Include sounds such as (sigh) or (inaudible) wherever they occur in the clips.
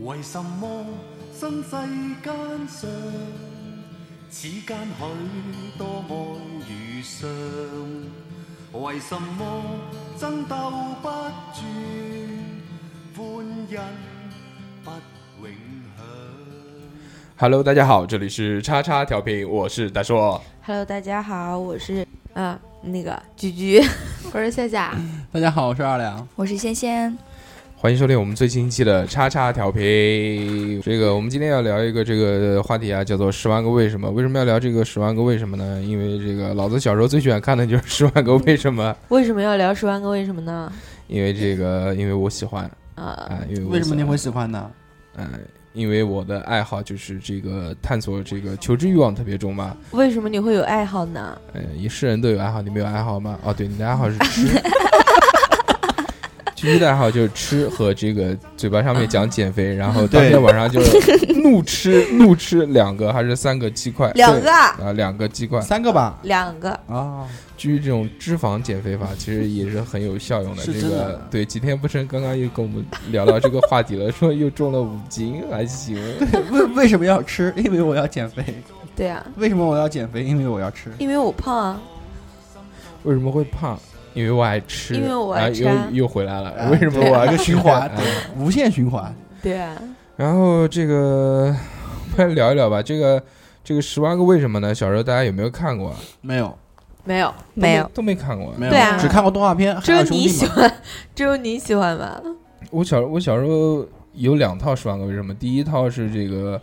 為什麼新世間上，此間許多愛與傷？為什麼爭鬥不絕，歡欣不永享？ Hello，大家好，这里是叉叉调频，我是大硕。 Hello，大家好，我是啊、那个菊菊，我是夏夏，大家好，我是二两。我是仙仙，欢迎收听我们最新一期的叉叉调频。这个我们今天要聊一个这个话题啊，叫做《十万个为什么》。为什么要聊这个《十万个为什么》呢？因为这个老子小时候最喜欢看的就是 (laughs) 《十万个为什么为什么要聊十万个为什么呢？》，因为这个，因为我喜欢啊、啊，因为我为什么你喜欢会喜欢呢？嗯、因为我的爱好就是这个探索这个求知欲望特别重嘛。为什么你会有爱好呢？嗯、也是人都有爱好，你没有爱好吗？哦，对，你的爱好 (laughs) 是吃。居居的爱好就是吃和这个嘴巴上啊面讲减肥，然后当天晚上就 (laughs) 怒吃怒吃两个还是三个鸡块，两个啊，啊，两个鸡块。三个吧。两个，啊，基于这种脂肪减肥法，其实也是很有效用的。是这真的个对，几天不称，刚刚又跟我们聊到这个话题了，说又重了五斤，还行。 (laughs) 为为什么要吃？因为我要减肥。对啊，为什么我要减肥？因为我要吃。因为我胖啊，为什么会胖？因为我爱吃，因为我啊爱吃啊又又回来了。啊为什么我爱一个吃循环， (laughs) 啊对，无限循环。对啊，然后这个 (laughs) 我们来聊一聊吧，这个。这个十万个为什么呢？小时候大家有没有看过啊？没有，没有，都没有，都没看过啊。没有，对啊只看过动画片。只海有尔兄你弟喜嘛欢， (laughs) 只有你喜欢吧？我小我小时候有两套《十万个为什么》，第一套是这个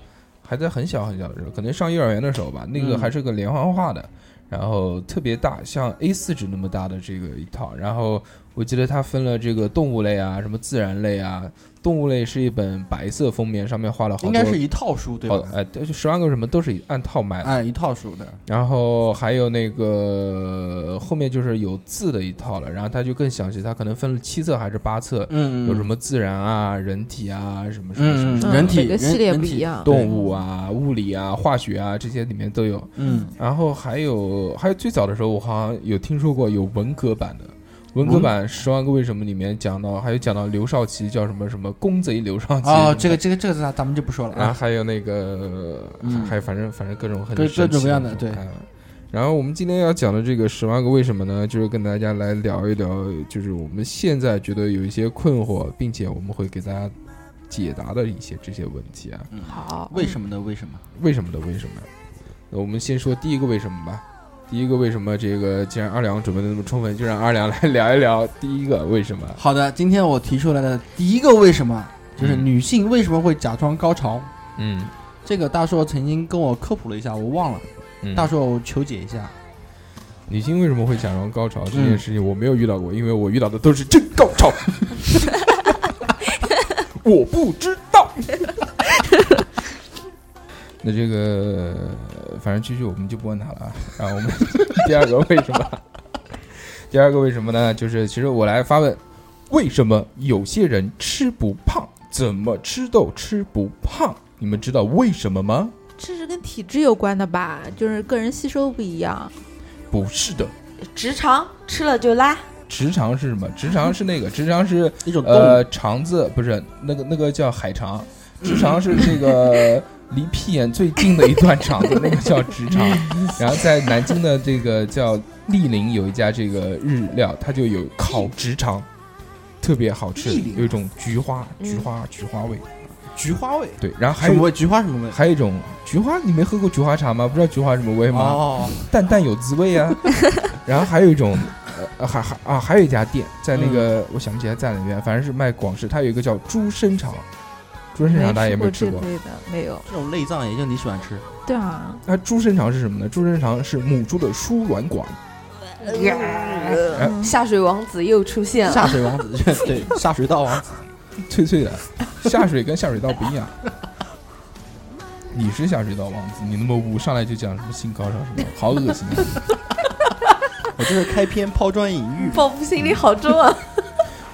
还在很小很小的时候，可能上幼儿园的时候吧，那个嗯还是个连环画的，然后特别大，像 A 4纸那么大的这个一套。然后我记得它分了这个动物类啊，什么自然类啊。动物类是一本白色封面，上面画了好多，应该是一套书对好吧？哎，对，就《十万个为什么》都是按套买的。哎，一套书的。然后还有那个后面就是有字的一套了，然后它就更详细，它可能分了七册还是八册，嗯有什？么自然啊、人体啊、什么什么什么嗯，什么、人体每个系列人不一样。动物啊、物理啊、化学啊这些里面都有。嗯，然后还有还有最早的时候，我好像有听说过有文革版的。文革版《十万个为什么》里面讲到，还有讲到刘少奇叫什么什么公贼刘少奇哦，这个这个这个咱咱们就不说了然后啊。还有那个，嗯还有反正反正各种很各神奇各种各样的对哎然后我们今天要讲的这个十万个为什么呢，就是跟大家来聊一聊，就是我们现在觉得有一些困惑，并且我们会给大家解答的一些这些问题啊，好，为什么呢？为什么？为什么的为什么？那我们先说第一个为什么吧。第一个为什么？这个既然二两准备的那么充分，就让二两来 (laughs) 聊一聊第一个为什么。好的，今天我提出来的第一个为什么就是女性为什么会假装高潮？嗯，这个大硕曾经跟我科普了一下，我忘了。嗯大硕求解一下。女性为什么会假装高潮这件事情，我没有遇到过，因为我遇到的都是真高潮。我不知道。 (laughs) 那这个，呃反正继续我们就不问他了啊。然后我们第二个为什么？ (laughs) 第二个为什么呢？就是其实我来发问，为什么有些人吃不胖，怎么吃都吃不胖？你们知道为什么吗？这是跟体质有关的吧？就是个人吸收不一样。不是的，嗯直肠吃了就拉，直肠是什么？直肠是那个，直肠是一种动物，呃，肠子不是那个那个叫海肠，直肠是 (laughs) 这个离屁眼最近的一段肠子，那个叫直 (laughs) 肠。然后在南京的这个叫丽林有一家这个日料，它就有烤直肠，特别好吃丽林，啊有一种菊花嗯菊花菊花味。菊花味，对，然后还什么有味？菊花什么味？还有一种菊花，你没喝过菊花茶吗？不知道菊花什么味吗？哦，淡淡有滋味 (laughs) 啊。然后还有一种，呃，还还啊，嗯还有一家店在那个，我想不起来在哪边，反正是卖广式，它有一个叫猪生肠，猪肾肠大家有没有吃过没？这类的？没有。这种内脏也就你喜欢吃，对啊，那猪肾肠是什么呢？猪肾肠是母猪的输卵管， (laughs) 呃嗯下水王子又出现了，下水王子对下水道王子，脆脆的，下水跟下水道不 (laughs) 一样。你是下水道王子，你那么污，上来就讲什么性高潮什么，好恶心啊！我这是开篇抛砖引玉。报复心理好重啊！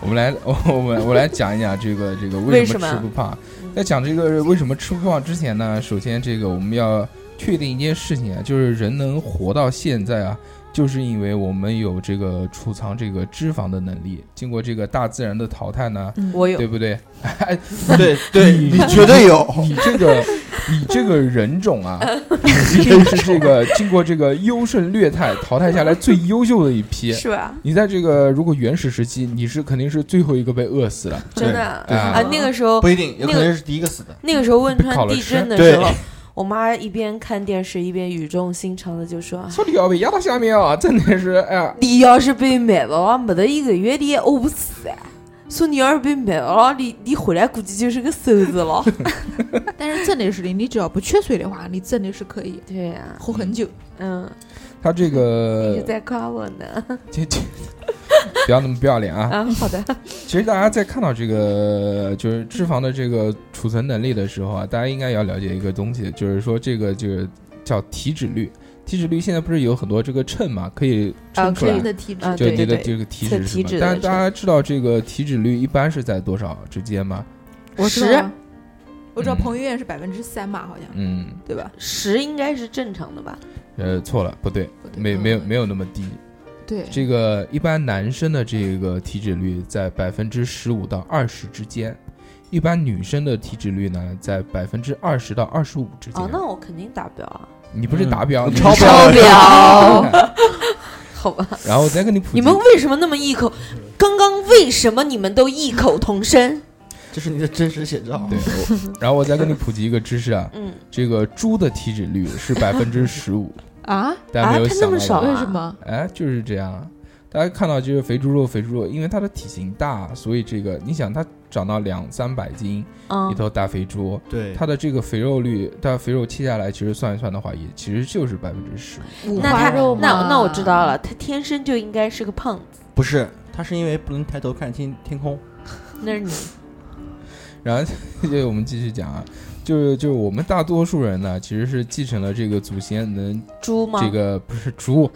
我们来， (laughs) 我我们我来讲一讲这个这个为为什什么么吃不胖。在讲这个为什么吃不胖之前呢，首先这个我们要确定一件事情啊，就是人能活到现在啊，就是因为我们有这个储藏这个脂肪的能力。经过这个大自然的淘汰呢，嗯我有对不对？ (laughs) 对对，你绝对有，你这个你这个人种啊，一定是这个经过这个优胜劣汰淘汰下来最优秀的一批。是啊吧？你在这个如果原始时期，你是肯定是最后一个被饿死的。真的啊对啊啊！那个时 (laughs) 候不一定，有那可个能是第一个死的。那个时候汶被烤川了地吃震的对时候，我妈一边看电视一边语重心长的就说操你要被压到下面啊！ (laughs) 真的是哎呀：“，你要是被买到了，啊没得一个月你也饿不死啊！说你要是被买到了，啊你你回来估计就是个瘦子了。但是真的是的，你只要不缺水的话，你真的是可以” (laughs) 对呀，活很久。嗯，呃他这你个在夸我呢这这 (laughs) 不要那么不要脸啊！ (laughs) 啊！好 (laughs) 的，其实大家在看到这个就是脂肪的这个储存能力的时候啊，大家应该要了解一个东西，就是说这个就是叫体脂率。体脂率现在不是有很多这个秤嘛，可以称啊出可以来，人的体质啊就对你对的对，这个体测脂是体吧脂？的但是那大家知道这个体脂率一般是在多少之间吗？我知道啊，我知道嗯彭于晏是百分之三嘛，好像嗯，对吧？十应该是正常的吧？呃，错了，不对，不对没没有嗯没有那么低。对，这个一般男生的这个体脂率在百分之十五到二十之间，一般女生的体脂率呢在百分之二十到二十五之间。哦，那我肯定达标啊！你不是达标，嗯你超是标不了， (laughs) 哎好吧？ (laughs) 然后我再跟你普及，你们为什么那么异口？刚刚为什么你们都异口同声？ (laughs) 这是你的真实写照。对，我然后我再跟你普及一个知识啊，嗯，这个猪的体脂率是百分之 (laughs) 十五，啊，大家没有啊它那想么到少吧啊为什么？哎，就是这样啊。大家看到就是肥猪肉，肥猪肉，因为它的体型大，所以这个你想它长到两三百斤，啊一，头大肥猪， (laughs) 对它的这个肥肉率，它肥肉切下来，其实算一算的话，也其实就是百分之十。 (laughs) 五那花他肉那嘛那我知道了，他天生就应该是个胖子。不是，他是因为不能抬头看天天空。那 (laughs) 是你然后就我们继续讲啊，就是就是我们大多数人呢，其实是继承了这个祖先能猪吗？这个 (laughs) 不是猪，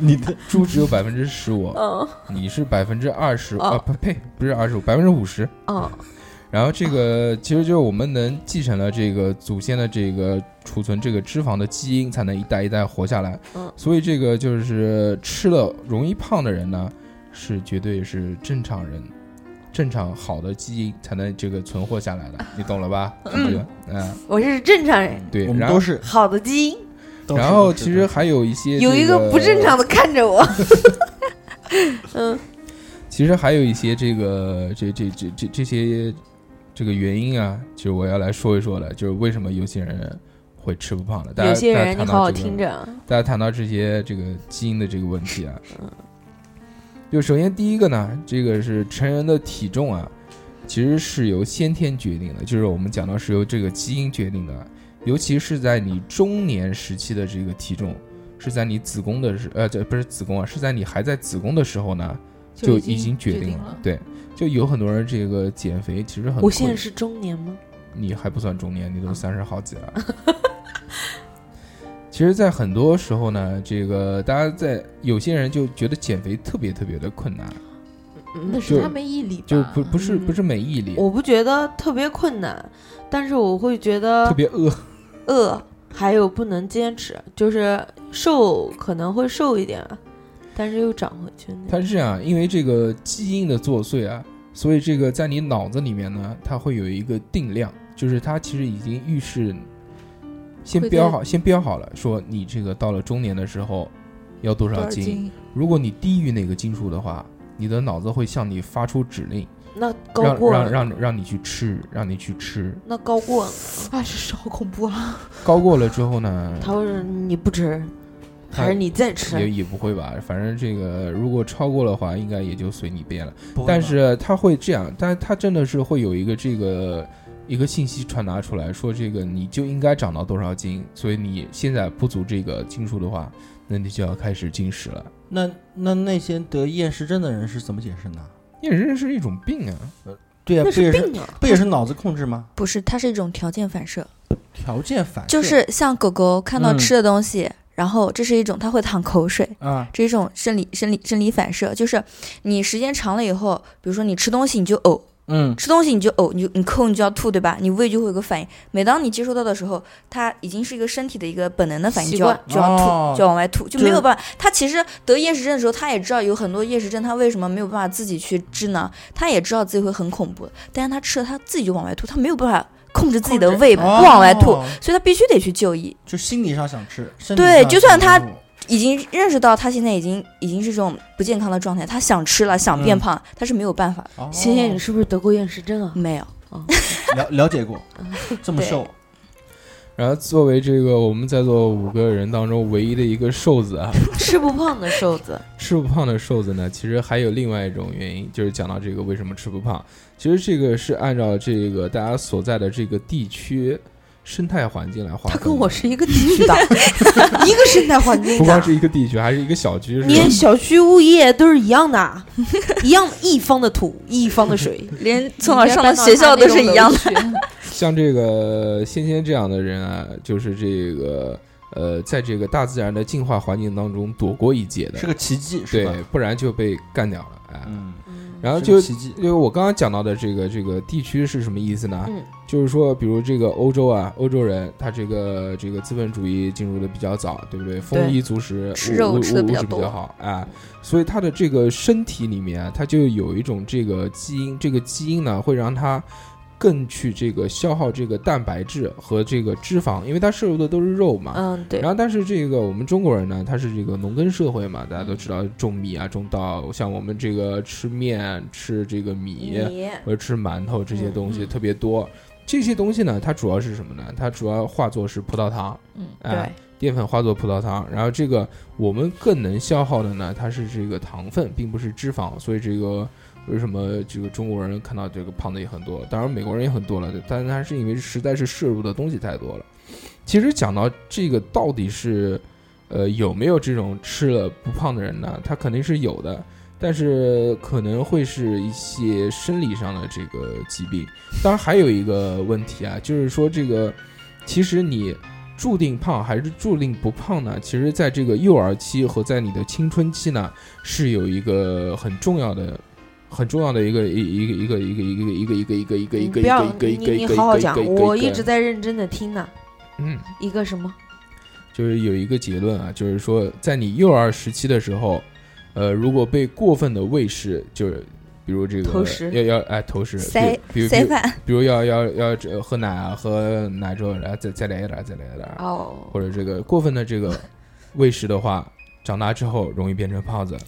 你的猪只有百分之十五，嗯你是百分之二十啊，哦不呸，不是二十五，百分之五十。嗯然后这个其实就是我们能继承了这个祖先的这个储存这个脂肪的基因，才能一代一代活下来。嗯所以这个就是吃了容易胖的人呢，是绝对是正常人，正常好的基因才能这个存活下来 (laughs) 的，你懂了吧？嗯，嗯，我是正常人，对。我们然都后是。好的基因。都是然后都是其实还有一些有一这个不正常的看着我。嗯，其实还有一些这个这这这这这些这个原因啊，其实我要来说一说了，就是为什么有些人会吃不胖了。大家有些人大家你谈到好好这个听着，啊大家谈到这些这个基因的这个问题啊， (laughs) 就首先第一个呢，这个是成人的体重啊，其实是由先天决定的，就是我们讲到是由这个基因决定的，尤其是在你中年时期的这个体重，是在你子宫的时呃，这不是子宫啊，是在你还在子宫的时候呢，就已经决定了。对，就有很多人这个减肥其实啊很我困现在是中年吗？你还不算中年，你都三十好几 (laughs) 了。其实，在很多时候呢，这个大家在有些人就觉得减肥特别特别的困难，那嗯，是就他们毅力吧，就不不是嗯不是没毅力，我不觉得特别困难，但是我会觉得特别饿。饿，还有不能坚持，就是瘦可能会瘦一点，但是又长回去那它种。是这样，因为这个基因的作祟啊，所以这个在你脑子里面呢，它会有一个定量，就是它其实已经预示，先会在标好，先标好了，说你这个到了中年的时候要多多少少斤，如果你低于哪个斤数的话，你的脑子会向你发出指令，那高让过让了，让让你去吃，让你去吃。那高过了，啊，这是好恐怖啊！高过了之后呢，他会说你不吃，还是你再吃也？也不会吧，反正这个如果超过的话，应该也就随你便了。不会但吧是他会这样，但他真的是会有一个这个一个信息传达出来，说这个你就应该长到多少斤，所以你现在不足这个斤数的话，那你就要开始进食了。那那那些得厌食症的人是怎么解释呢？厌食症是一种病啊，对呀、那不是也是病啊！不也是脑子控制吗？不是，它是一种条件反射，条件反射就是像狗狗看到嗯吃的东西，然后这是一种它会淌口水，啊，这是一种生理生理生理反射，就是你时间长了以后，比如说你吃东西你就呕，嗯，吃东西你就呕，你就你抠你就要吐，对吧？你胃就会有个反应。每当你接收到的时候，它已经是一个身体的一个本能的反应，习就要惯就要吐，哦就要往外吐，就就是没有办法。它其实得厌食症的时候，它也知道有很多厌食症，它为什么没有办法自己去治呢？它也知道自己会很恐怖，但是它吃了，它自己就往外吐，它没有办法控制自己的控制胃不哦往外吐，，所以它必须得去就医。就心理上想吃，身体对上就算想他吐已经认识到它现在已经已经是这种不健康的状态，它想吃了，想变嗯胖，它是没有办法的。哦仙仙，你是不是得过厌食症啊？没有，了了解过，这么对瘦，然后作为这个我们在座五个人当中唯一的一个瘦子啊，吃不胖的瘦子，吃不胖的瘦子呢，其实还有另外一种原因，就是讲到这个为什么吃不胖。其实这个是按照这个大家所在的这个地区生态环境来划分 (laughs) 他的。跟我是一个地区的，一个生态环 (laughs) 境不光的。是一个地区，还是一个小区，是吧连？小区物业都是一样的，啊一样一方的土，一方的水，连从小上到学校都是一样的。的。像这个仙仙这样的人啊，就是这个呃，在这个大自然的进化环境当中躲过一劫的是，个奇迹，是吧对？，不然就被干掉了。哎，嗯，然后是个就奇迹，因为我刚刚讲到的这个这个地区是什么意思呢？嗯就是说，比如这个欧洲啊，欧洲人他这个这个资本主义进入的比较早，对不对？丰衣足食，吃物肉物吃得物比较质比多较好啊，所以他的这个身体里面啊，他就有一种这个基因，这个基因呢会让他。更去这个消耗这个蛋白质和这个脂肪，因为他摄入的都是肉嘛。嗯，对然，后，但是这个我们中国人呢，他是这个农耕社会嘛，大家都知道种米啊、种稻，像我们这个吃面、吃这个米、或者吃馒头这些嗯东西特别多。这些东西呢，它主要是什么呢？它主要化作是葡萄糖，嗯，哎对，淀粉化作葡萄糖。然后这个我们更能消耗的呢，它是这个糖分，并不是脂肪。所以这个为什么这个中国人看到这个胖的也很多，当然美国人也很多了，但是它是因为实在是摄入的东西太多了。其实讲到这个到底是，呃，有没有这种吃了不胖的人呢？他肯定是有的，但是可能会是一些生理上的这个疾病。当然还有一个问题啊，就是说这个，其实你注定胖还是注定不胖呢？其实在这个幼儿期和在你的青春期呢，是有一个很重要的。很重要的一个一一个一个一个一个一个一个一个一你个一个一不要，个你一个一你个好好讲，我一直在在认真的听呢。嗯。一个什么？就是有一个结论啊，就是说，在你幼儿时期的时候，呃，如果被过分的喂食，就是比如这个投食要要哎投食，塞比如比塞如比如饭，比如要要要这喝奶啊，喝奶之后，然后再再来一点啊儿，再来一点儿，啊哦，或者这个过分的这个喂食的话，长大之后容易变成胖子。哦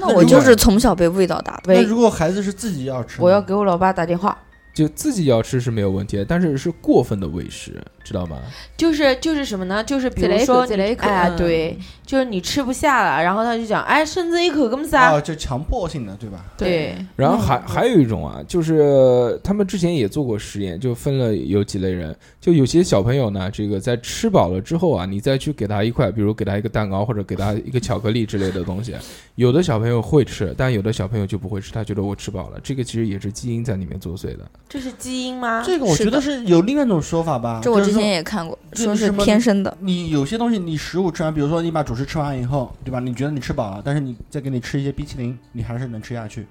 那我就是从小被喂到大的。那喂如，果孩子是自己要吃呢，我要给我老爸打电话。就自己要吃是没有问题的，但是是过分的喂食，知道吗？就是就是什么呢？就是比再来如一说口，你，再来一口。哎，嗯，对，就是你吃不下了，然后他就讲，哎，剩这一口干么子啊？啊，就强迫性的，对吧？对，然后嗯还还有一种啊，就是他们之前也做过实验，就分了有几类人，就有些小朋友呢，这个在吃饱了之后啊，你再去给他一块，比如给他一个蛋糕或者给他一个巧克力之类的东西，有的小朋友会吃，但有的小朋友就不会吃，他觉得我吃饱了，这个其实也是基因在里面作祟的。这啊是基因吗？这个我是觉得的是有另外一种说法吧，这我啊就是之说前也看过，就是说什是么天生的。你有些东西，你食物吃完，比如说你把主食吃完以后，对吧？你觉得你吃饱了，但是你再给你吃一些冰淇淋，你还是能吃下去。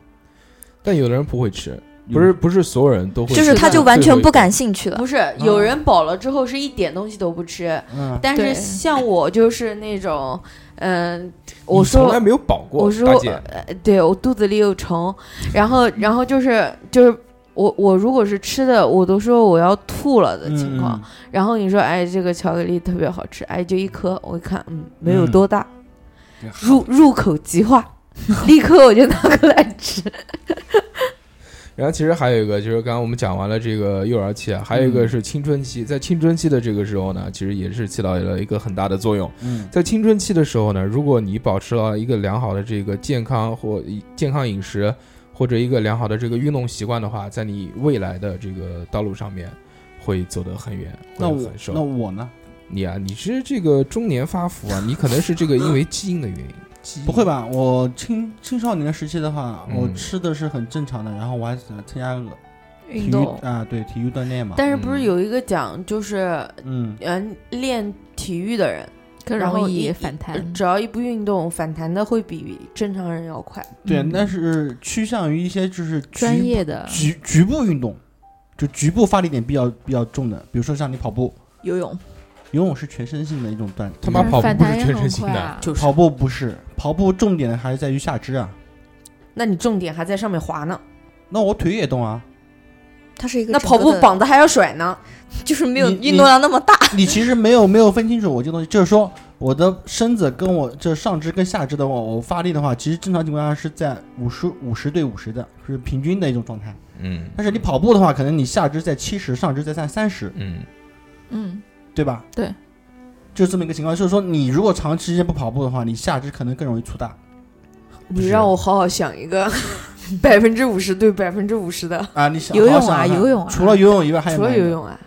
但有的人不会吃，不是不是所有人都会吃，就是他就完全不感兴趣了。不是，有人饱了之后是一点东西都不吃，嗯，但是对像我就是那种，嗯，你我从来说没有饱过，我说大姐，对我肚子里有虫，然后然后就是就是我我如果是吃的，我都说我要吐了的情嗯况，然后你说哎这个巧克力特别好吃，哎就一颗，我一看嗯没有嗯多大，嗯，入入口即化，立刻我就拿过来吃。然后其实还有一个就是刚刚我们讲完了这个幼儿期啊，还有一个是青春期，在青春期的这个时候呢，其实也是起到了一个很大的作用。嗯在青春期的时候呢，如果你保持了一个良好的这个健康或健康饮食，或者一个良好的这个运动习惯的话，在你未来的这个道路上面会走得很远，会那我很那瘦。我呢？你啊，你是这个中年发福啊，你可能是这个因为基因的原因。基因不会？吧？我青青少年时期的话，嗯我吃的是很正常的，然后我还参加了体运育动。啊，对体育锻炼嘛。但是不是嗯有一个讲就是，嗯，嗯，练体育的人，可然后容一易反弹。只要一不运动，反弹的会比正常人要快。对，嗯但是趋向于一些就是局专业嗯的局局部运动，就局部发力点比较比较重的，比如说像你跑步，游泳，游泳是全身性的一种锻，他妈跑步嗯反不是弹也全身很性快的，啊。就是跑步不是跑步，重点还是在于下肢啊。那你重点还在上面滑呢，那我腿也动 (laughs) 啊，它是一个那整跑个步的膀子还要甩呢。 (laughs) 就是没有你运动量那么大，你其实没有没有分清楚我这东西，就是说我的身子跟我这上肢跟下肢的话，我发力的话，其实正常情况下是在五十五十对五十的，是平均的一种状态。嗯但是你跑步的话，可能你下肢在七十，上肢在在三十，嗯，嗯，对吧？对，就是这么一个情况。就是说，你如果长时间不跑步的话，你下肢可能更容易粗大你让我好好想一个百分之五十对百分之五十的，啊。你想游泳啊好好想想游泳啊除了游泳以外还有除哪了一种游，泳啊，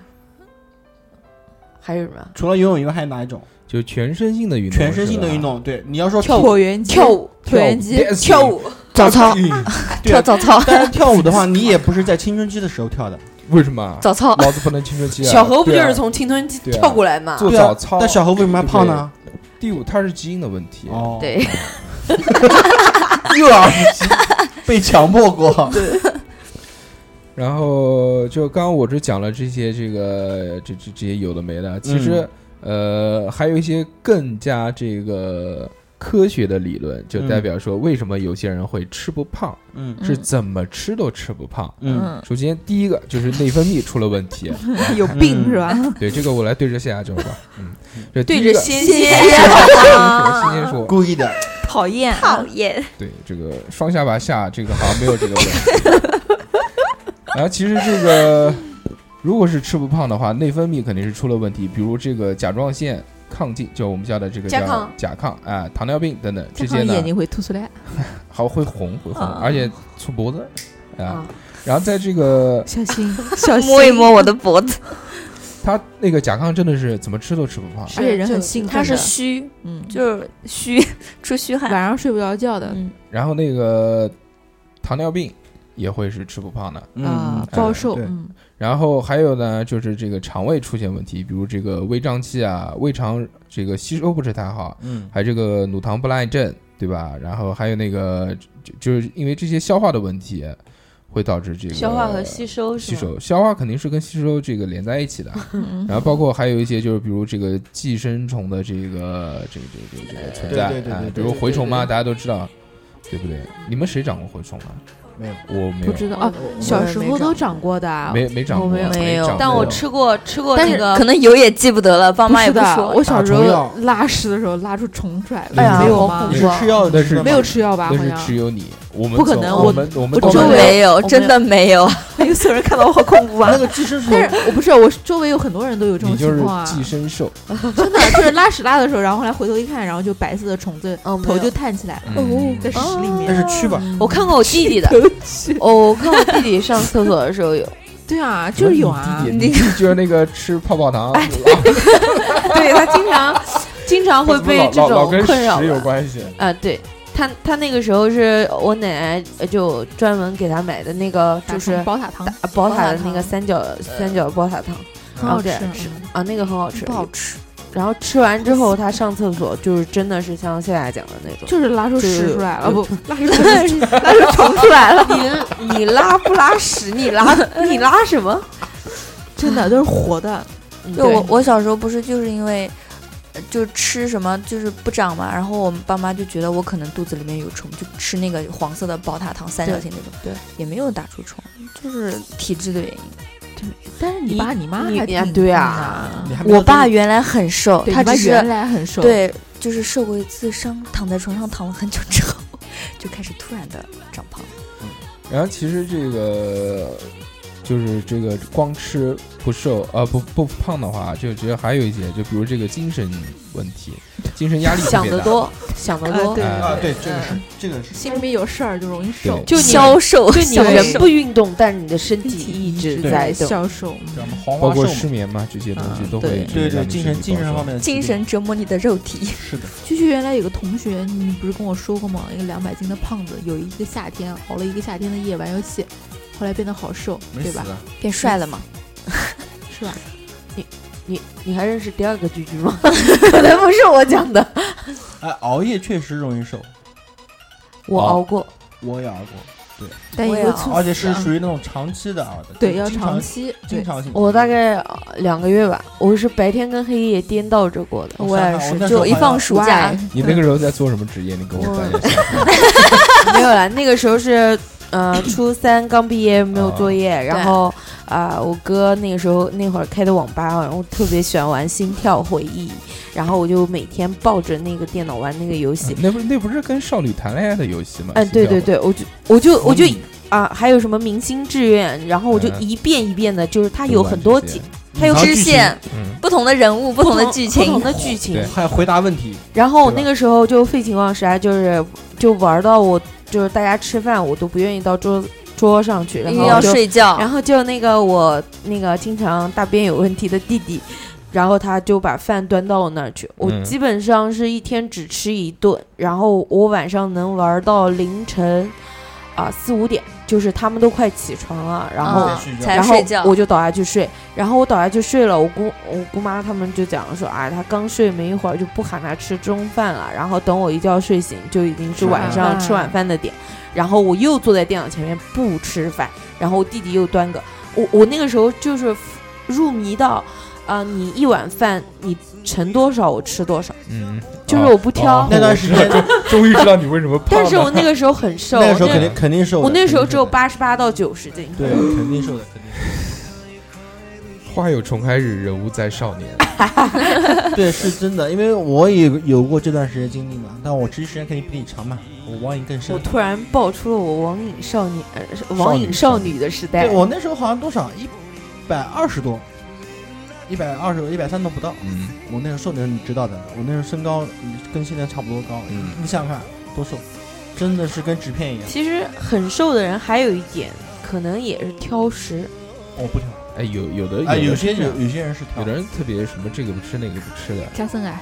还有什么？除了游泳以外还有哪一种？就全身性的运动，全身性的运动，对，你要说椭圆机，跳舞，椭圆机，跳舞，早 (laughs) 操对跳早 (laughs) 操，但是跳舞的话，你也不是在青春期的时候 (laughs) 跳的，为什么？啊早操老子不能青春期 (laughs) 啊！小何不就对啊是从青春期对啊跳过来嘛？做对啊早操？但小何为什么还胖呢？第五，它是基因的问 (laughs) 题。哦， (laughs) 对，幼儿时期被强 (laughs) 迫过，然后就刚刚我只讲了这些这个这这这些有的没的，其嗯实、呃还有一些更加这个科学的理论，就代表说为什么有些人会吃不胖，嗯嗯是怎么吃都吃不胖。嗯，嗯，首先第一个就是内分泌出了问 (laughs) 题，有病是吧？对这个我来对着谢亚洲吧，嗯，这第对一着个啊仙仙，我先先说，故意的，讨厌啊， (laughs) 讨厌，对，这个双下巴下这个好像没有这个问题。 (laughs) 然后其实这个如果是吃不胖的话，内分泌肯定是出了问题，比如这个甲状腺亢进，就我们叫的这个甲叫亢甲亢啊、糖尿病等等这正 (laughs) 些常呢眼，睛会凸出来。好会红会嗯红，啊而且粗脖子啊啊。然后在这个小 (laughs) 心，小心， (laughs) 摸一摸我的脖子，它那个甲亢真的是怎么吃都吃不胖，而且人很兴奋它的，是虚，嗯，就就是虚，出虚汗，晚上睡不着觉的嗯，然后那个糖尿病也会是吃不胖的。啊，暴瘦，对 (laughs) 嗯，然后还有呢，就是这个肠胃出现问题，比如这个胃胀气啊，胃肠这个吸收不是太好，嗯还有这个乳糖不耐症，对吧？然后还有那个就就是因为这些消化的问题，会导致这个消化和吸收是吸吗？收，消化肯定是跟吸收这个连在一起的。嗯然后包括还有一些就是比如这个寄生虫的这个这个这个这个这个存在，对对对对啊对比如蛔虫嘛，大家都知道，对不对？你们谁长过蛔虫啊？没有，我没不有，知道啊，嗯小时候都长过的啊，没没长我过，没有没有长但我过吃过吃过但那是个可能有也记不得了，爸啊不妈也是不的，说。我小时打虫药候拉屎的时候拉出虫出来了，哎呀没有好吗恐？你是怖吃药那的是吗没有吃药吧？好那是像只有你，我们不可走能我我们我们我走周的围没有，我们真的没有。有所有人看到我好恐怖啊那！个寄生虫但是我不是，我周围有很多人都有这种你就情是况啊，寄生兽，真的就是拉屎拉的时候，然后后来回头一看，然后就白色的虫子嗯没头有就探起来了，嗯哦在屎里但面。哦是蛆吧，我看过我弟 (laughs) 弟的，哦，我看我弟弟上厕所的时候有，对啊，就是有啊你，弟弟你就是那个吃泡泡糖， (laughs) 对他经常经常会被这啊老老种跟困扰屎有吧关系，啊，对他他那个时候是我奶奶就专门给他买的那个打就是成宝塔糖打宝塔的那宝塔个糖三角三角宝塔糖很好吃然后给，啊，那个很好吃， (laughs) 不好吃，然后吃完之后，他上厕所就是真的是像夏夏讲的那 (laughs) 种，就是拉出就是屎出来了，不，拉出 (laughs) 拉出虫出来了。你你拉不拉屎？你拉你拉什么？真的都是活 (laughs) 的，嗯对我我小时候不是就是因为。呃就吃什么就是不长嘛，然后我们爸妈就觉得我可能肚子里面有虫，就吃那个黄色的宝塔糖三角形那种，对也没有打出虫，就是体质的原因。但是你你爸你妈你还呀挺对啊啊你还没有我爸原来很瘦，对，他你爸只是原来很瘦，，对，就是受过一次伤，躺在床上躺了很久之后，就开始突然的长胖。然后其实这个就是这个光吃不瘦啊、呃不不胖的话，就觉得还有一些，就比如这个精神问题，精神压力特想别得大。多，想得啊多对，啊，哎对，这个是这个是心里面有事儿就容易瘦对，就你消瘦，就你消人瘦不运动，但你的身身体体一直对在动。消瘦。叫什么黄包花括瘦失嘛？眠嘛，这些东西嗯都会对直接对对，让你精身神体精神暴瘦方面的疾精神病折磨你的肉体。是的，区区原来有个同学，你不是跟我说过吗？一个两百斤的胖子，有一个夏天熬了一个夏天的夜玩游戏，后来变得好瘦，没对死吧？啊。变帅了嘛？是吧？你你还认识第二个居居吗？ (laughs) 可能不是我讲的，哎，熬夜确实容易瘦，我哦熬过，我也熬过，但也我也会熬猝而且死是啊属于那种长期的熬的，对就要经长期经对。常性。嗯我大概呃两个月吧，我是白天跟黑夜颠倒着过的。我我想也想我是，那时就候就好一像放暑假 Why？，你那个时候在做什么职业？你给我讲一下。没有啦，那个时候是呃初三刚毕业，没有作业，然后啊、我哥那个时候那会儿开的网吧，然后特别喜欢玩《心跳回忆》，然后我就每天抱着那个电脑玩那个游戏。那不是那不是跟少女谈恋爱的游戏吗？嗯，对对对，我就我就我就啊，还有什么明星志愿，然后我就啊嗯一遍一遍的，就是它他有很多集，它有然后支剧情线嗯，不同的人物，不同的剧不同情，的剧情对。还回答问题，然后我对吧那个时候就废寝忘食啊，就是就玩到我就是大家吃饭我都不愿意到桌桌上去，然因后为要就睡觉然。后就那个我那个经常大便有问题的弟弟，然后他就把饭端到我那儿去。我嗯基本上是一天只吃一顿，然后我晚上能玩到凌晨啊四五点，就是他们都快起床了，然后。嗯再睡觉才然后睡觉，我就倒下去睡，然后我倒下去睡了，我姑我姑妈他们就讲说，啊，他刚睡没一会儿就不喊他吃中饭了，然后等我一觉睡醒就已经是晚上嗯吃晚饭的点，然后我又坐在电脑前面不吃饭，然后我弟弟又端个，我我那个时候就是入迷到，啊、你一碗饭你盛多少我吃多少，嗯，就是哦我不挑那段时间，终于知道你为什么胖但是我那个时候很瘦，哦那个时候我肯定肯定瘦的，我那时候肯定只有瘦的，八十八到九十斤，对，肯定瘦的，肯定瘦花有重开日，人无再少年。的，对，是真的，因为我也有过这段时间经历嘛，但我持续时间肯定比你长嘛，我网瘾更深我。突然爆出了我网瘾少年、呃是网瘾少女的时代对。我那时候好像多少一百二十多，一百二十一百三都不到。嗯我那个瘦的时候你知道的，我那时候身高跟现在差不多高，嗯你想想看多瘦，真的是跟纸片一样。其实很瘦的人还有一点，可能也是挑食。我不挑，哎，有有的哎，有的些是有有些人是挑有的人特别什么这个不吃那个不吃的，加森癌，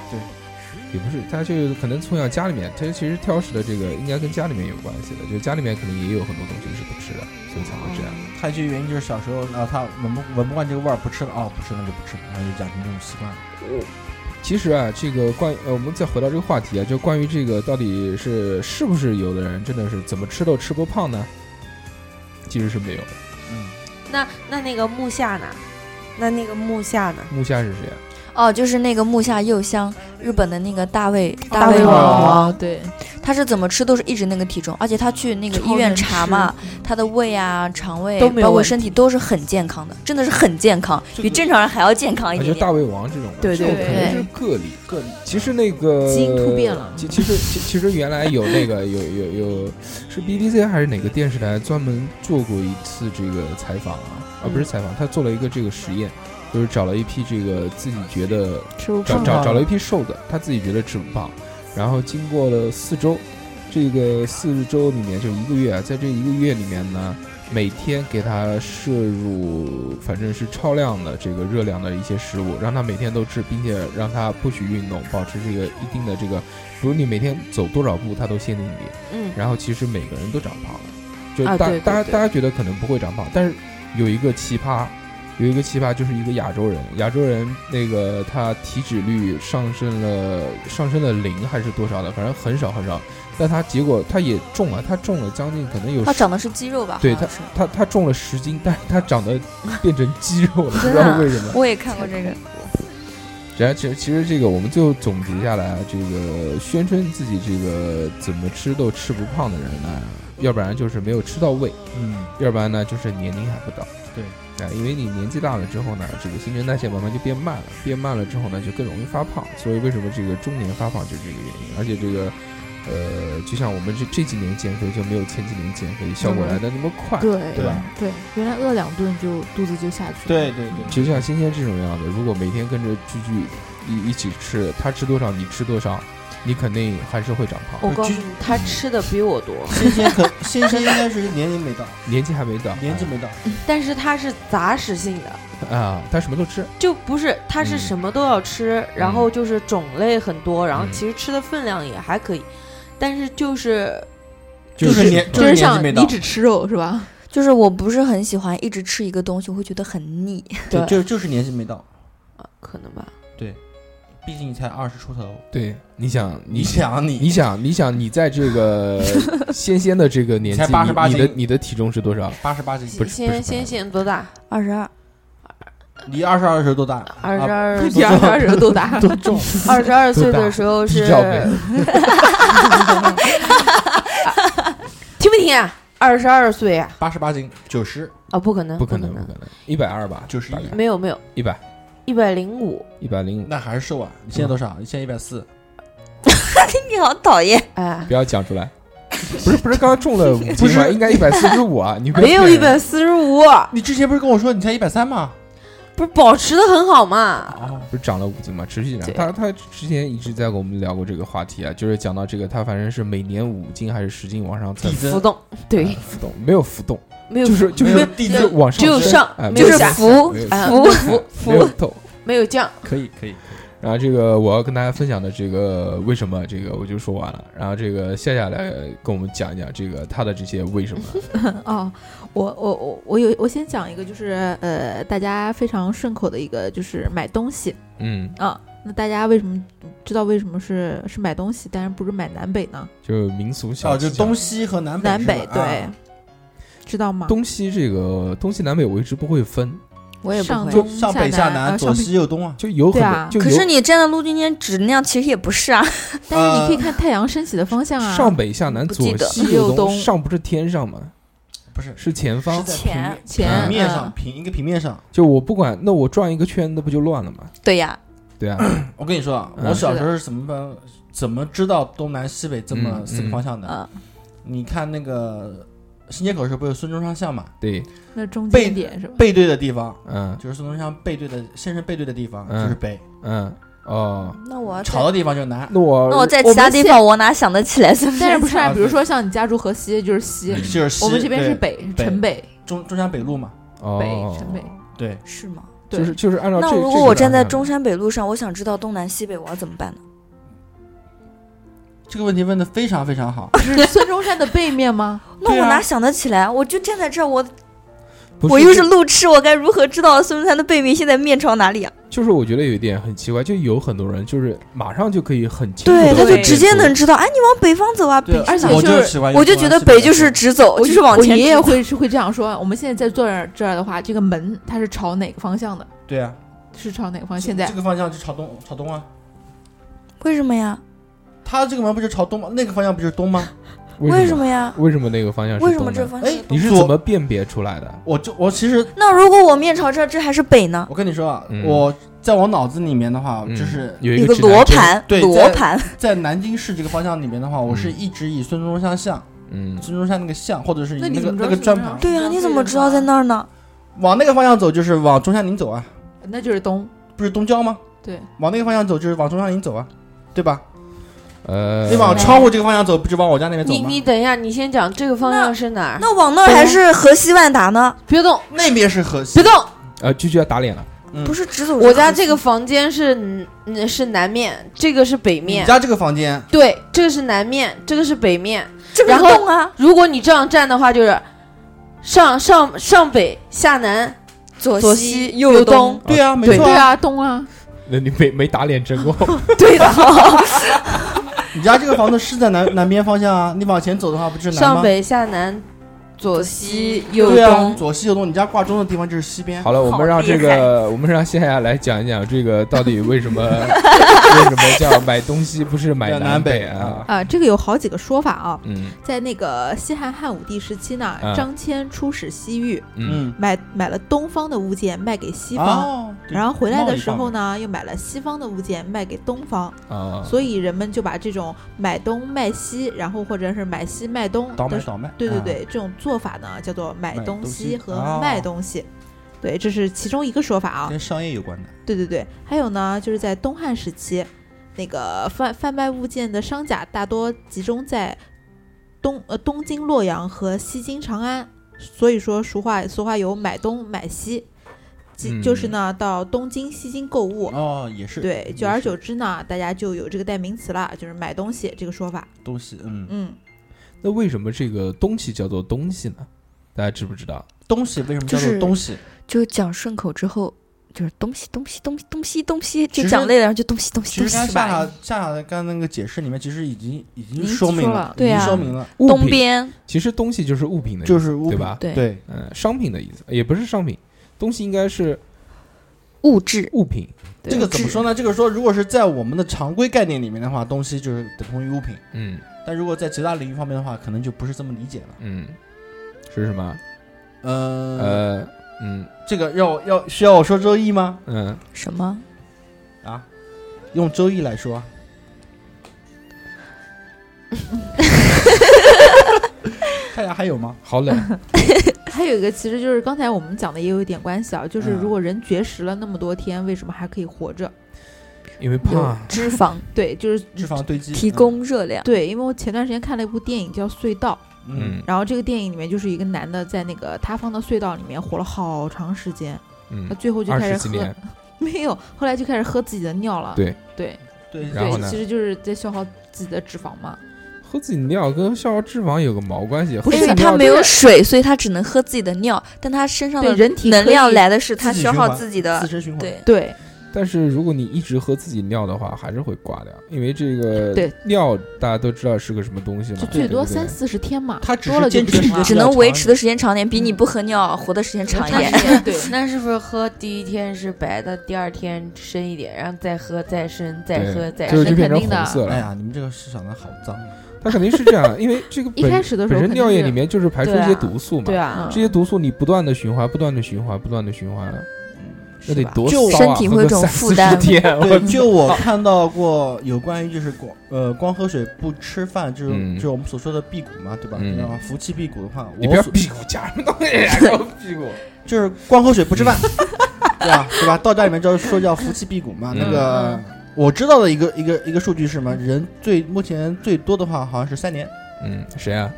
也不是，他就可能从小家里面，他其实挑食的这个应该跟家里面有关系的，就家里面可能也有很多东西是不吃的，所以才会这哦样。他就原因就是小时候啊，他闻不闻不惯这个味儿，不吃了啊、不吃那就不吃了，然后就养成这种习惯。其实啊，这个关于呃，我们再回到这个话题啊，就关于这个到底是是不是有的人真的是怎么吃都吃不胖呢？其实是没有的。嗯，那那那个木下呢？那那个木下呢？木下是谁啊？哦，就是那个木下佑香，日本的那个大胃大胃胃王王，王对，他是怎么吃都是一直那个体重，而且他去那个医院查嘛，他的胃啊、肠胃都没有包括问题身体都是很健康的，真的是很健康，比正常人还要健康一啊，就点点。大胃王这种啊，对这对种肯定是个例。个例其实那个基因突变了其其实其其实原来有那个有有有是 BBC 还是哪个电视台专门做过一次这个采访啊？啊，不是采访，他做了一个这个实验，就是找了一批这个自己觉得吃不找胖，找找了一批瘦的，他自己觉得吃不胖，然后经过了四周，这个四周里面就一个月啊，在这一个月里面呢，每天给他摄入反正是超量的这个热量的一些食物，让他每天都吃，并且让他不许运动，保持这个一定的这个，比如你每天走多少步，他都限定你。嗯，然后其实每个人都长胖了，就啊大、对对大家对大家觉得可能不会长胖，但是有一个奇葩，有一个奇葩就是一个亚洲人，亚洲人那个他体脂率上升了上升了零还是多少的，反正很少很少，但他结果他也中了，他中了将近可能有他十长的是肌肉吧？对好像是。他他中了十斤，但是他长得变成肌肉了，不真知的道啊为什么。我也看过这个，然后其实其实这个我们最后总结下来啊，这个宣称自己这个怎么吃都吃不胖的人呢，要不然就是没有吃到位。嗯，要不然呢就是年龄还不到。对，啊，因为你年纪大了之后呢，这个新陈代谢慢慢就变慢了，变慢了之后呢就更容易发胖，所以为什么这个中年发胖就是这个原因，而且这个。呃，就像我们这这几年减肥就没有前几年减肥效果嗯来的那么快。对对吧对，原来饿两顿就肚子就下去了。对对对，就像今天这种样子，如果每天跟着居居一一起吃，他吃多少你吃多少，你肯定还是会长胖。我告诉就你，他吃的比 (laughs) 我多，仙仙可仙仙应该是年龄没到，年纪还没到，年纪没到，但是他是杂食性的，啊，他什么都吃。就不是他是嗯什么都要吃，然后就是种类很多，然后嗯其实吃的分量也还可以，但是就是就是年就就是是年纪想没到你，只吃肉是吧？ (laughs) 就是我不是很喜欢一直吃一个东西，我会觉得很腻。对，就就是年纪没到，啊可能吧，毕竟才二十出头。对，你想，你你想你你想，你想，你在这 (laughs) 个仙仙的这个年纪，才88你你的斤你的体重是多少？八十八斤，不是不是啊先先先多大？二十二，你二十二的时候多大？啊二十二不岁，(laughs) 多二 (laughs) 十多大？多重？ (laughs) 二十二岁的时候低是罩杯，听没听啊？二十二岁啊？八十八斤，九十，啊，不可能，不可可能，不可能，一百二吧， 91大概没有没有，一百一百零五，一百零五，那还是瘦啊！你现在多少？你现在一百四， (laughs) 你好讨厌。哎不，要讲出 (laughs) 来。不是不是，刚刚中了五斤吗，不是应该一百四十五啊？你不要没有骗一人百四十五，你之前不是跟我说你才一百三吗？不是保持的很好嘛？哦，不是涨了五斤嘛，持续涨。对他他之前一直在跟我们聊过这个话题啊，就是讲到这个，他反正是每年五斤还是十斤往上蹭递，浮增，动，对，浮动没有浮动，没有嗯就是就没有是递就是增，往上只有升上哎没没有有下下浮没有啊，没浮有浮没有浮透。没有降，可以可以，然后这个我要跟大家分享的这个为什么这个我就说完了，然后这个夏夏来跟我们讲一讲这个他的这些为什么。哦，我我我我有我先讲一个，就是呃，大家非常顺口的一个，就是买东西嗯，啊。那大家为什么知道为什么是是买东西，但是不是买南北呢？就民俗小哦，技就巧东西和南北南是吧，北啊对，知道吗？东西这个东西南北我一直不会分，我也不上会。东上北下南，啊左上北西右东啊。就有很对多、啊就有可是你站在路中间指那样，其实也不是啊。 (laughs) 但是你可呃以看太阳升起的方向啊。上北下南不左记得西右右东，东上不是天上吗？不是是前方是。在前前平面嗯上平一个平面上，就我不管，那我转一个圈，那不就乱了吗？ (clears throat) 对呀，对啊，我跟你说啊，嗯我小时候是怎么办怎么知道东南西北这么嗯四个方向的？嗯，你看那个新街口的时候不是有孙中山像嘛？对，那中背间点是吧？背对的地方嗯就是孙中山背对的先生背对的地方嗯就是北，嗯，哦，那我要在吵的地方就是嗯南。那我那我在我其他们地现方我哪想得起来这么？但是不是啊？对比如说像你家住河西就是西，就是嗯西，我们这边是对北，城北，中中山北路嘛，哦北城 (laughs) 北，对，是吗？对就是就是按照那哦这如这果个我来站在看中山北路上，我想知道东南西北，我要怎么办呢？这个问题问的非常非常好。是孙中山的背面吗？那对我啊哪想得起来？我就站在这儿，我不我又是路痴，我该如何知道孙中山的背面现在面朝哪里啊？就是我觉得有一点很奇怪，就有很多人就是马上就可以很清楚对，地他就对直接能知道。哎，你往北方走啊，对北，而且我就就是喜欢用我就中觉山得西北来就是说直走，我就是往前我爷爷直走。 (laughs) 会是会这样说。我们现在在坐这儿这儿的话，这个门它是朝哪个方向的？对啊，是朝哪个方向？现在这个方向就朝东，朝东啊。为什么呀？他这个门不就朝东吗？那个方向不就是东吗？为什么呀？为什么那个方向是为什东么这南方哎向？你是左嗯怎么辨别出来的？我就我其实那如果我面朝这儿，这还是北呢？我跟你说啊，嗯我在我脑子里面的话，嗯就是有一有个指南罗针，盘，对罗在盘。在南京市这个方向里面的话，我是嗯一直以孙中山像、嗯，孙中山那个像，或者是以那你那怎么知道个那个是砖中啊盘央对啊呀，你怎么知道在那儿呢？往那个方向走，就是往中山陵走啊，那就是东。不是东郊吗？对，往那个方向走就是往中山陵走啊，对吧？呃，你往窗户这个方向走，不就往我家那边走你吗？你等一下，你先讲这个方向是哪儿？那往那啊儿还是河西万达嗯呢？别动，那边是河西别，动！呃，就就要打脸了。 (laughs) 嗯不是直走。我家这个房间是嗯是南面，这个是北你面。家这个房间对，这个是南面，这个是北面。这个然后洞啊，如果你这样站的话，就是上上上北下 (laughs) 南，左左西西右东东。对啊，没对错对，啊，东啊，那你没没打脸成功，对的， (laughs) 你家这个房子是在南南边方向啊，你往前走的话不就是南上吗？北下南，左西右对啊，东，左西右东，你家挂钟的地方就是西边。好了，我 (laughs) 好们让厉这个，我们让夏夏来讲一讲这个到底为什 (laughs) 么为什么叫买东西不是买要南南北北啊？啊，这个有好几个说法啊。嗯在那个西汉汉武帝时期呢，嗯张骞出使西域，嗯嗯，买买了东方的物件卖给西方，哦，然后回来的时候呢，又买了西方的物件卖给东方，嗯哦啊，所以人们就把这种买东卖西，然后或者是买西卖东倒卖的，倒卖，对对啊，对，这种做法呢叫做买买东东西西和哦卖东西，对，这是其中一个说法啊。跟商业有关的。对对对，还有呢，就是在东汉时期，那个贩贩卖物件的商家大多集中在东呃东京洛阳和西京长安，所以说俗话俗话有买东买西，即就是嗯呢到东京西京购物。哦，也是。对，也久而是久之呢，大家就有这个代名词了，就是买东西这个说法。东西，嗯，嗯，那为什么这个东西叫做东西呢？大家知不知道？东西为什么叫就做是东西？就讲顺口之后，就是东西东西东西东西东西，其实就讲累了，然后就东西东西其东实刚西才夏吧夏。夏夏的刚才那个解释里面，其实已经已已经经说明说了了，对已经啊说明了，物东品边其实东西就是物品的意思，就是物啊对品吧？对对，嗯，商品的意思也不是商品，东西应该是物质，物品。对这个怎么说？呢？这个说，如果是在我们的常规概念里面的话，东西就是等同于物品；嗯但如果在其他领域方面的话，可能就不是这么理解了。嗯，是什么？呃，呃，嗯这个要要需要我说周易吗？嗯，什么？啊，用周易来说， (laughs) 看一下还有吗？(laughs) 好冷。还有一个其实就是刚才我们讲的也有一点关系啊，就是嗯如果人绝食了那么多天，为什么还可以活着？因为有怕，脂肪对， (laughs) 就是脂肪堆积提，供热量，对，因为我前段时间看了一部电影叫《隧道》，嗯嗯然后这个电影里面就是一个男的在那个塌方的隧道里面活了好长时间，他嗯，最后就二开十始几喝年，， (laughs) 没有，后来就开始喝自己的尿了。对对对，然后呢对，其实就是在消耗自己的脂肪嘛。喝自己的尿跟消耗脂肪有个毛关系？不喝是自因为己他尿没有水，所以他只能喝自己的尿，但他身上对的人体能可以量来的是他自己消循耗环自己的自，身循环，对，对但是如果你一直喝自己尿的话，还是会挂掉，因为这个对尿大家都知道是个什么东西嘛，就最多呃对不对三四十天嘛，他只多了是就坚不持的行时了间，只能维持的时间长点，比你不喝尿活的时间长一点。对， (laughs) 那是不是喝第一天是白的，第二天深一点，然后再喝再深，再对喝再最后深就？变成肯定的红色哎了。呀，你们这个市场的好 (laughs) 脏，它肯定是这样，因为 (laughs) 这个一本开始的时本候身肯定尿液里是面就是排出一些毒素嘛，对啊嗯，这些毒素你不断的循环，不断的循环，不断的循环，那得是吧多就骚啊！身体喝个会有种三负四十担天， (laughs) 我对，就哦我看到过有关于就是光呃光喝水不吃饭，就是、嗯就是我们所说的辟谷嘛，对吧？嗯然后福气辟谷的话，你不我要所屁股夹什么 (laughs) 东西啊，给我屁股。就是光喝水不吃饭，对吧？对吧？道家里面就是说叫福气辟谷嘛。嗯那个我知道的一个一个一个数据是什么？人最目前最多的话好像是三年。嗯，谁啊？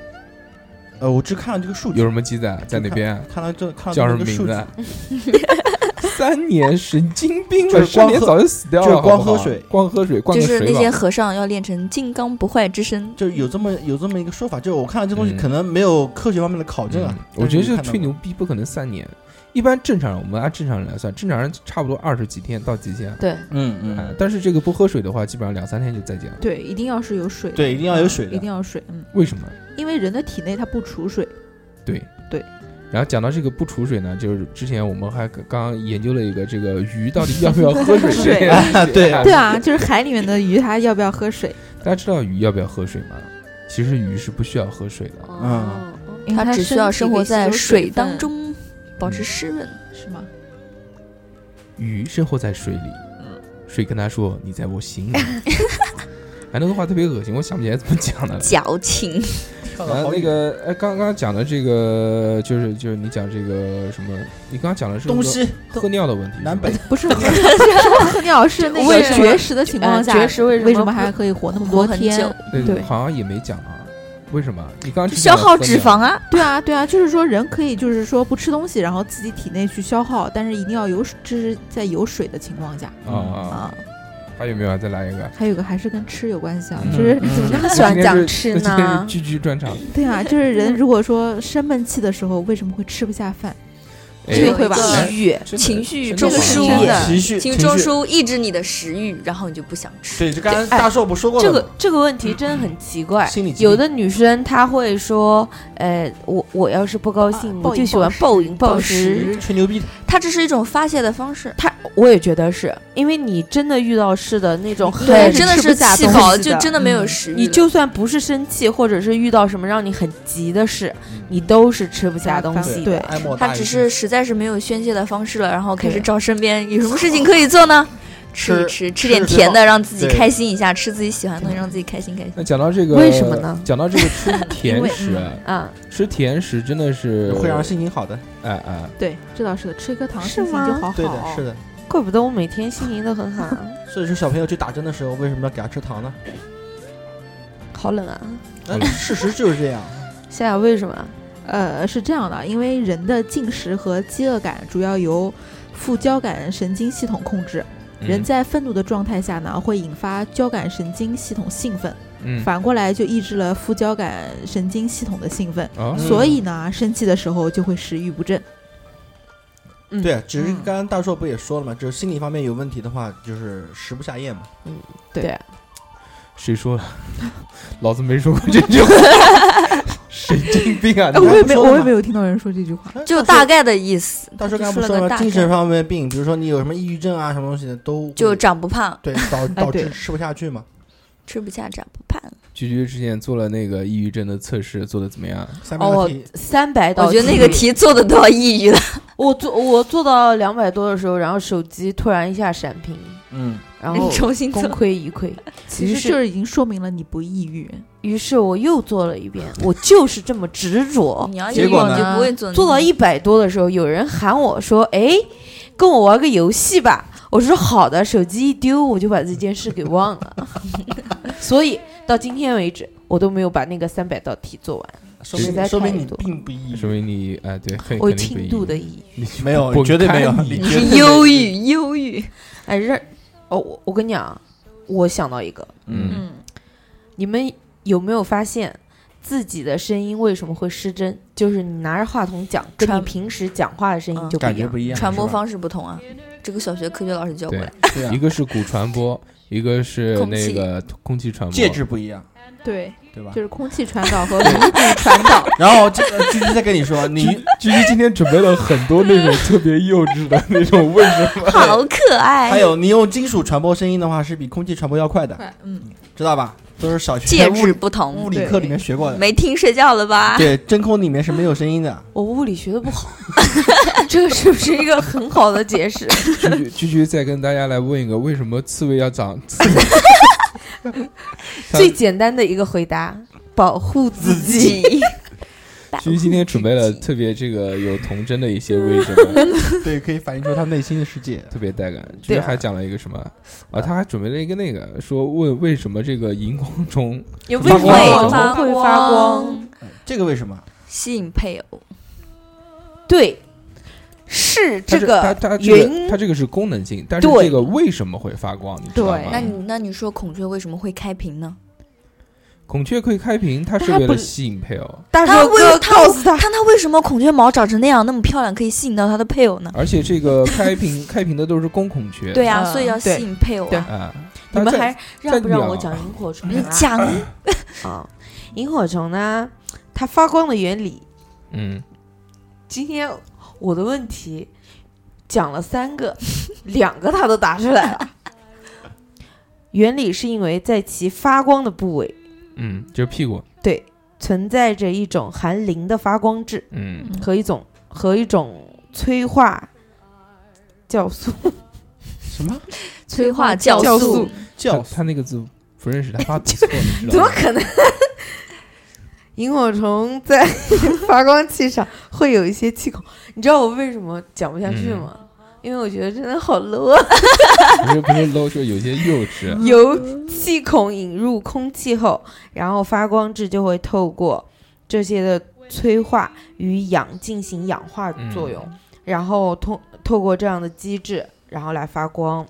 呃，我只看了这个数据有，什么鸡仔在那边啊？看到这看到叫什这么个名数字据，啊？ (laughs) 三年神经病就了，是三光年喝早就死掉了，就是光好不好喝水光喝水，灌就个是水那饱些。和尚要练成金刚不坏之身，就是有这么有这么一个说法，就是我看到这东西嗯可能没有科学方面的考证啊。嗯我觉但得是这看到吹牛过，逼不可能三年，一般正常人，我们按正常人来算，正常人差不多二十几天到极限。对，嗯哎嗯，，但是这个不喝水的话，基本上两三天就再见了。对，一定要是有水的，对，一定要有水一的定。要有水，嗯，为什么？因为人的体内它不储水，对对。然后讲到这个不储水呢，就是之前我们还刚刚研究了一个这个鱼到底要不要喝水水这件事情对 (laughs) 对啊，就是海里面的鱼它要不要喝水？大家知道鱼要不要喝水吗？其实鱼是不需要喝水的，啊哦，因为它只需要生活在水水当分，中，保持湿润。是吗？鱼生活在水里，嗯水跟它说：“你在我心里。” (laughs) 哎，那个话特别恶心，我想不起来怎么讲 (laughs) 的了。矫情，跳得然后好那远个，哎，刚刚讲的这个，就是就是你讲这个什么，你刚刚讲的是东西喝尿的问题，南北是吗不是喝尿是那个啊为什么绝食的呃情况下，绝食为什么为什么还可以活那么多活很天久？对对好像也没讲啊，为什么？你刚刚只消讲了耗喝脂尿肪啊！对啊，对啊，就是说人可以就是说不吃东西，然后自己体内去消耗，但是一定要有水，这是在有水的情况下啊啊啊！啊。还有没有啊？再来一个。还有一个还是跟吃有关系啊，嗯就是嗯那 (laughs) 么喜欢讲今吃天是呢？居居专场，对啊，就是人如果说生闷气的时候，为什么会吃不下饭？哎就有会一吧个哎欲，真的情绪真中这的个好是枢，真的情绪情绪中枢抑制你的食欲，然后你就不想吃。对，就刚才哎大硕不说过这了个吗，这个问题真的很奇怪嗯心理。疾病有的女生她会说，呃，我我要是不高兴，啊暴我就饮喜欢暴暴食饮暴暴食食。吹牛逼，它这是一种发泄的方式。她我也觉得是因为你真的遇到是的那种很对真的吃不是下气东饱，西就真的没嗯有食欲了。你就算不是生气，或者是遇到什么让你很急的事，你都是吃不下东西的。对爱莫大他于心只是实在是没有宣泄的方式了，然后开始对找身边有什么事情可以做呢？吃一吃，吃点甜的，让自己对开心一下；吃自己喜欢的东西，让自己开心开心。那讲到这个，为什么呢讲到这个吃甜食啊，啊，吃甜食真的是会让心情好的。哎哎，对，这倒是的，吃一颗糖是心情就吗好对好的，。是的。怪不得我每天心情都很好啊，所以说，小朋友去打针的时候，为什么要给他吃糖呢？好冷啊！但是事实就是这样。夏夏为什么？呃，是这样的，因为人的进食和饥饿感主要由副交感神经系统控制。嗯人在愤怒的状态下呢，会引发交感神经系统兴奋，嗯反过来就抑制了副交感神经系统的兴奋。啊嗯所以呢，生气的时候就会食欲不振。嗯对，只是刚刚大硕不也说了嘛，就是心理方面有问题的话，就是食不下咽嘛。谁说了？ (laughs) 老子没说过这句话，神经病啊！哎，你我还也不没，说我了也吗没有听到人说这句话。就大概的意思，哎大硕刚刚就不说说了个了，大概精神方面的病，比如说你有什么抑郁症啊，什么东西的都就会长不胖，对导导对致吃不下去嘛。吃不下长不胖。菊菊之前做了那个抑郁症的测试，做的怎么样？三百道哦题，，三百道我题，觉得那个题做的都要抑郁了。我做我做到两百多的时候，然后手机突然一下闪屏，嗯，然后 (laughs) 重新功做，亏一 (laughs) 篑。其于实是这已经说明了你不抑郁。于是我又做了一遍，我就是这么执着。你要抑结郁果呢你就不会做做嗯到一百多的时候，有人喊我说：“哎，跟我玩个游戏吧。”我说：“好的。”手机一丢，我就把这件事给忘了。 (laughs) 所以到今天为止，我都没有把那个三百道题做完。说实在明说太明你多并不抑郁，说明你哎，对，很我有肯定不轻一度样的抑郁。你没有滚绝对没有开你你你 (laughs) 是忧郁，忧郁。哎，让哦，我我跟你讲，我想到一个，嗯，嗯，你们有没有发现自己的声音为什么会失真？就是你拿着话筒讲，跟你传平时讲话的声音嗯就不感一觉样不。一样。传播是吧方式不同啊，这个小学科学老师教过对嗯来。对啊一个是骨传播，一个是空那气个空气传播，介 (laughs) 质不一样，对，对吧啊就？是空气传导和鼻子传 (laughs) 导。然后这呃个居居在跟你说， (laughs) 你菊菊今天准备了很多那种特别幼稚的那种为 (laughs) 什么？好可爱。还有你用金属传播声音的话，是比空气传播要快的，嗯，知道吧？都是小学介物质不物同，理课里面学过的。没听睡觉了吧？对，真空里面是没有声音的。我物理学的不好， (laughs) 这个是不是一个很好的解释？菊菊菊菊再跟大家来问一个，为什么刺猬要长刺 (laughs) 猬？它最简单的一个回答：保护自己。 (laughs) 菊菊今天准备了特别这个有童真的一些为什么， (laughs) 对，可以反映出他内心的世界。特别带感。菊对啊菊还讲了一个什么啊？他还准备了一个那个，说问为什么这个荧光虫也发光为什发么会发光？，这个为什么？ (laughs) 吸引配偶。对，是它这个它它这原个它因。这个是功能性，但是对这个为什么会发光？你知道对吗那？啊你那你说孔雀为什么会开屏呢？孔雀可以开屏，它是它为了不吸引配偶，大他寿为哥他告诉他，啊看他为什么孔雀毛长成那样那么漂亮，可以吸引到他的配偶呢？而且这个开屏开屏的都是公孔 (laughs) 雀。对啊，嗯所以要吸引配偶对啊。啊，你它们在还让不在让鸟我讲萤火虫你啊？讲啊，萤火虫呢，它发光的原理。嗯，今天我的问题讲了三个， (laughs) 两个他都答出来了。 (laughs) 原理是因为在其发光的部位嗯，就是屁股，对，存在着一种含磷的发光质嗯，和一种和一种催化酵素。什么催 (laughs) 化酵酵素素，他叫他那个字不认识，他发 (laughs) 笔错，你知怎道么吗？可能？萤火虫在 (laughs) 发光器上会有一些气孔，你知道我为什么讲不下去吗？因为我觉得真的好 low 啊！不是不是 low，说有些幼嗯稚，由气孔引入空气后，然后发光质就会透过这些的催化与氧进行氧化作用，然后通透过这样的机制，然后来发光。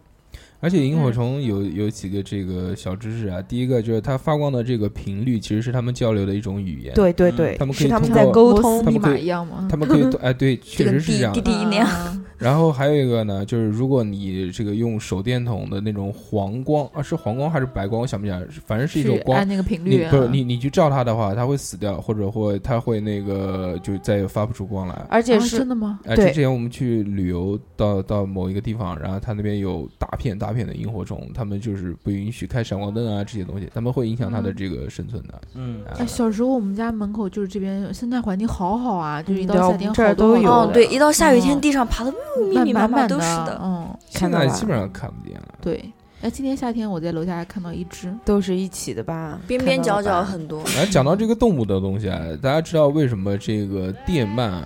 而且嗯萤火虫有有几个这个小知识啊，第一个就是它发光的这个频率其实是它们交流的一种语言，对对对嗯他们，可以是他们通在过沟摩通斯他。密们码可以一样吗？它们可以哎对，确实是这样就跟的。滴滴那样，啊然后还有一个呢，就是如果你这个用手电筒的那种黄光啊，是黄光还是白光，我想不起来，反正是一种去光按。那个频你率啊，不是你，你去照它的话，它会死掉，或者或它会那个就再也发不出光来。而且啊是真的吗？哎，对之前我们去旅游到到某一个地方，然后它那边有大片大片的萤火虫，他们就是不允许开闪光灯啊这些东西，他们会影响它的嗯这个生存的。嗯啊哎，小时候我们家门口就是这边生态环境好好啊，就是一对到我夏天们这儿好都多哎好有多哦，的对，一到下雨天，嗯地上爬的密满密麻满麻满都是的，嗯，现看到在吧基本上看不见了。对。哎，今年夏天我在楼下还看到一只，都是一起的吧，边边角角看到了吧很多。然哎后讲到这个动物的东西啊，大家知道为什么这个电鳗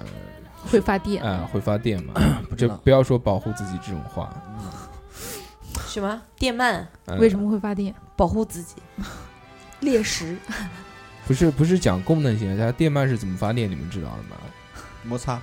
会发电，嗯啊会发电吗？不知就道不要说保护自己这种话，什么电鳗嗯为什么会发电？保护自己，猎食，不是不是讲功能性？啊它电鳗是怎么发电？你们知道了吗？摩擦，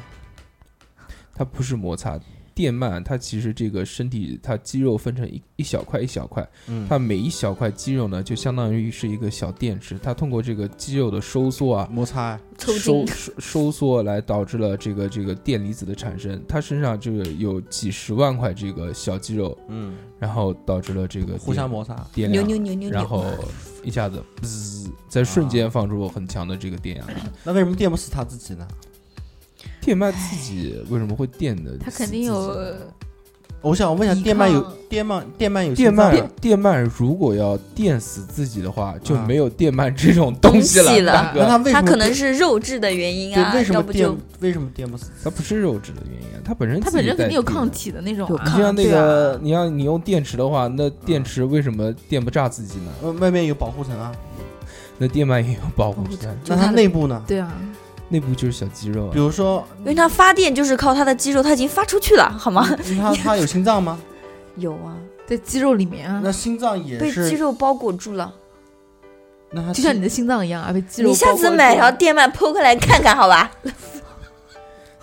它不是摩擦，电鳗它其实这个身体它肌肉分成一一小块一小块，嗯它每一小块肌肉呢就相当于是一个小电池，它通过这个肌肉的收缩啊。摩擦抽收筋收收缩来导致了这个这个电离子的产生，它身上就有几十万块这个小肌肉，嗯，然后导致了这个互电相摩擦，电扭量扭扭扭然扭，后一下子滋，在瞬间放出很强的这个电压。那为什么电不死他自己呢？电鳗自己为什么会电的？它肯定有我想问一下，抵电鳗有抗电鳗电鳗有电心脏鳗吗，电鳗如果要电死自己的话，就啊没有电鳗这种东西东西了大那哥，它为什它么可能是肉质的原因对啊，为什要么不就电为什么电不死？它不是肉质的原因，它本身它本身肯定有抗体。体的那种有啊，你像那对啊个，你像你用电池的话，那电池为什么电不炸自己呢？呃，外面有保护层啊，那电鳗也有保护保护层，那它它的内部呢？对啊，内部就是小肌肉啊比。如说，因为它发电就是靠它的肌肉，它已经发出去了，好吗？它它有心脏吗？嗯有啊，在肌肉里面啊那，心脏也被肌是，肉包裹住了。那它就像心你的心脏一样啊，被肌肉你包裹住。下次买条电鳗剖开来看看，好吧？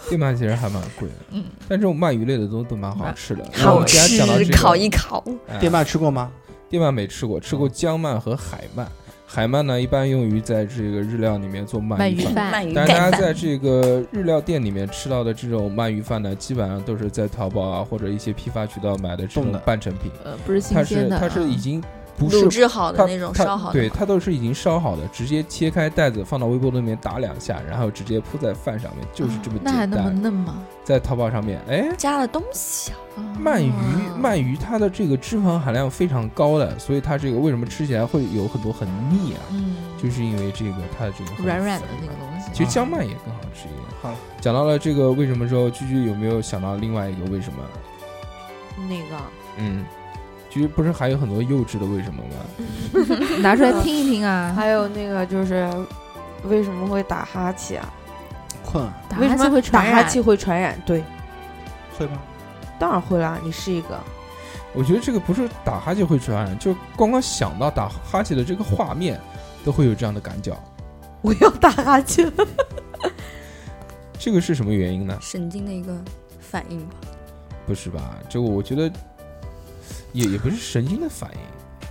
电鳗其实还蛮贵的，嗯，但这种鳗鱼类的都都蛮好吃的。然后好既然吃讲到这，个烤一烤。哎电鳗吃过吗？电鳗没吃过，吃过江鳗和海鳗。海鳗呢，一般用于在这个日料里面做鳗鳗鱼鱼饭。饭鳗鱼但是大家盖饭，在这个日料店里面吃到的这种鳗鱼饭呢，基本上都是在淘宝啊或者一些批发渠道买的这冻种的半成品，呃，不是它新是鲜的，嗯它是已经不卤是制好的它那种，它烧好的对，嘛。它都是已经烧好的，直接切开袋子放到微波炉里面打两下，然后直接铺在饭上面，就是这么啊那还简那么单。嫩吗？在淘宝上面，哎，加了东西啊，啊鳗鱼，鳗鱼它的这个脂肪含量非常高的，所以它这个为什么吃起来会有很多很腻啊？嗯，就是因为这个它这个很软软的肥那嘛个东西，其实江鳗也更好吃一点。好了，讲到了这个为什么之后，居居有没有想到另外一个为什么？那个嗯，居居不是还有很多幼稚的为什么嗯吗？拿出来听一听啊。还有那个就是为什么会打哈欠啊？困啊，打为哈什欠么会传打哈染？欠会传染？对，会吗？当然会啦，你是一个我觉得这个不是打哈欠会传染，就光光想到打哈欠的这个画面，都会有这样的感脚。我要打哈 (laughs) 欠，这个是什么原因呢？神经的一个反应吧。不是吧？这个我觉得也也不是神经的反应，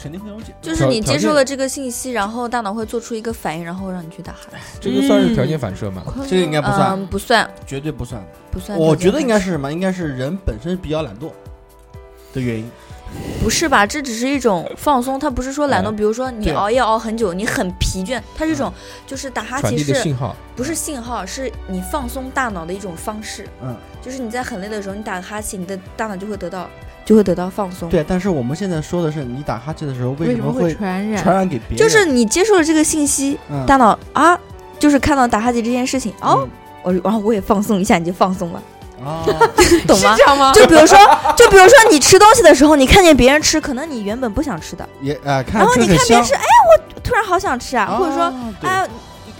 肯定会有解。就是你条条接件受了这个信息，然后大脑会做出一个反应，然后让你去打哈欠。这个算是条件反射吗？这个应该不算，嗯，不算，绝对不算。不算。我觉得应该是什么？应该是人本身比较懒惰的原因。不是吧？这只是一种放松，它不是说懒惰。嗯比如说你对熬夜熬很久，你很疲倦，它是一种就是打哈嗯传欠递的是信号，不是信号？是你放松大脑的一种方式。嗯，就是你在很累的时候，你打个哈欠，你的大脑就会得到就会得到放松。对。但是我们现在说的是，你打哈欠的时候为什什么么会会传染？传染给别人？就是你接受了这个信息，嗯大脑啊，就是看到打哈欠这件事情，哦，嗯我然后我也放松一下，你就放松 (laughs) 了，啊，懂吗？这样吗？就比如说，就比如说你吃东西的时候，你看见别人吃，可能你原本不想吃的，也啊，看然后着你很看别香人吃，哎，我突然好想吃啊，或者说，啊对哎，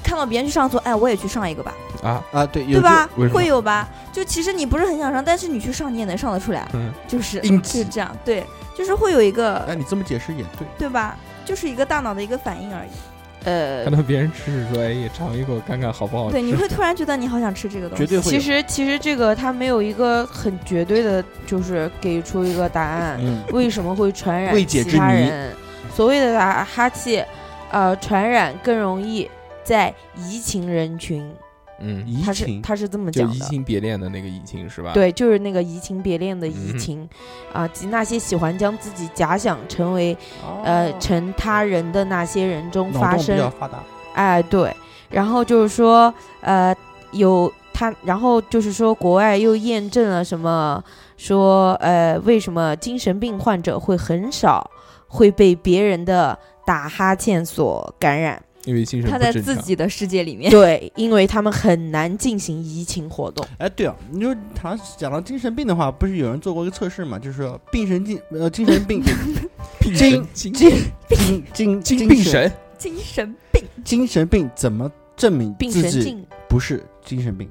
看到别人去上厕所，哎，我也去上一个吧，啊，啊，对，有对吧为什？么会有吧？就其实你不是很想上，但是你去上，你也能上得出来，嗯，就是应就是激这样，对，就是会有一哎，个，你这么解释也对。对吧？就是一个大脑的一个反应而已。呃看，到别人吃说哎也尝一口看看好不好吃。对，你会突然觉得你好想吃这个东绝西。对会有。其实其实这个它没有一个很绝对的，就是给出一个答案，嗯，为什么会传染未解其之他谜人？所谓的打哈气，呃，传染更容易在移情人群，嗯，移他是情他是这么就讲移的。情别恋的那个移情是吧？，对，就是那个移情别恋的嗯移哼情，啊，及那些喜欢将自己假想成为啊哦呃成他人的那些人中脑发洞比较生，发达，哎，对，然后就是说，呃，有他，然后就是说，国外又验证了什么，说，呃，为什么精神病患者会很少会被别人的打哈欠所感 (laughs) 染？因为精神他不在正自常。己的世界里面， (laughs) 对，因为他们很难进行移情活动。哎，对啊，你就谈讲到精神病的话，不是有人做过一个测试嘛？就是说病神经呃精神病精 (laughs) 精精精精精病神神，精神病，精神病怎么证明病自神己经，不是精神病？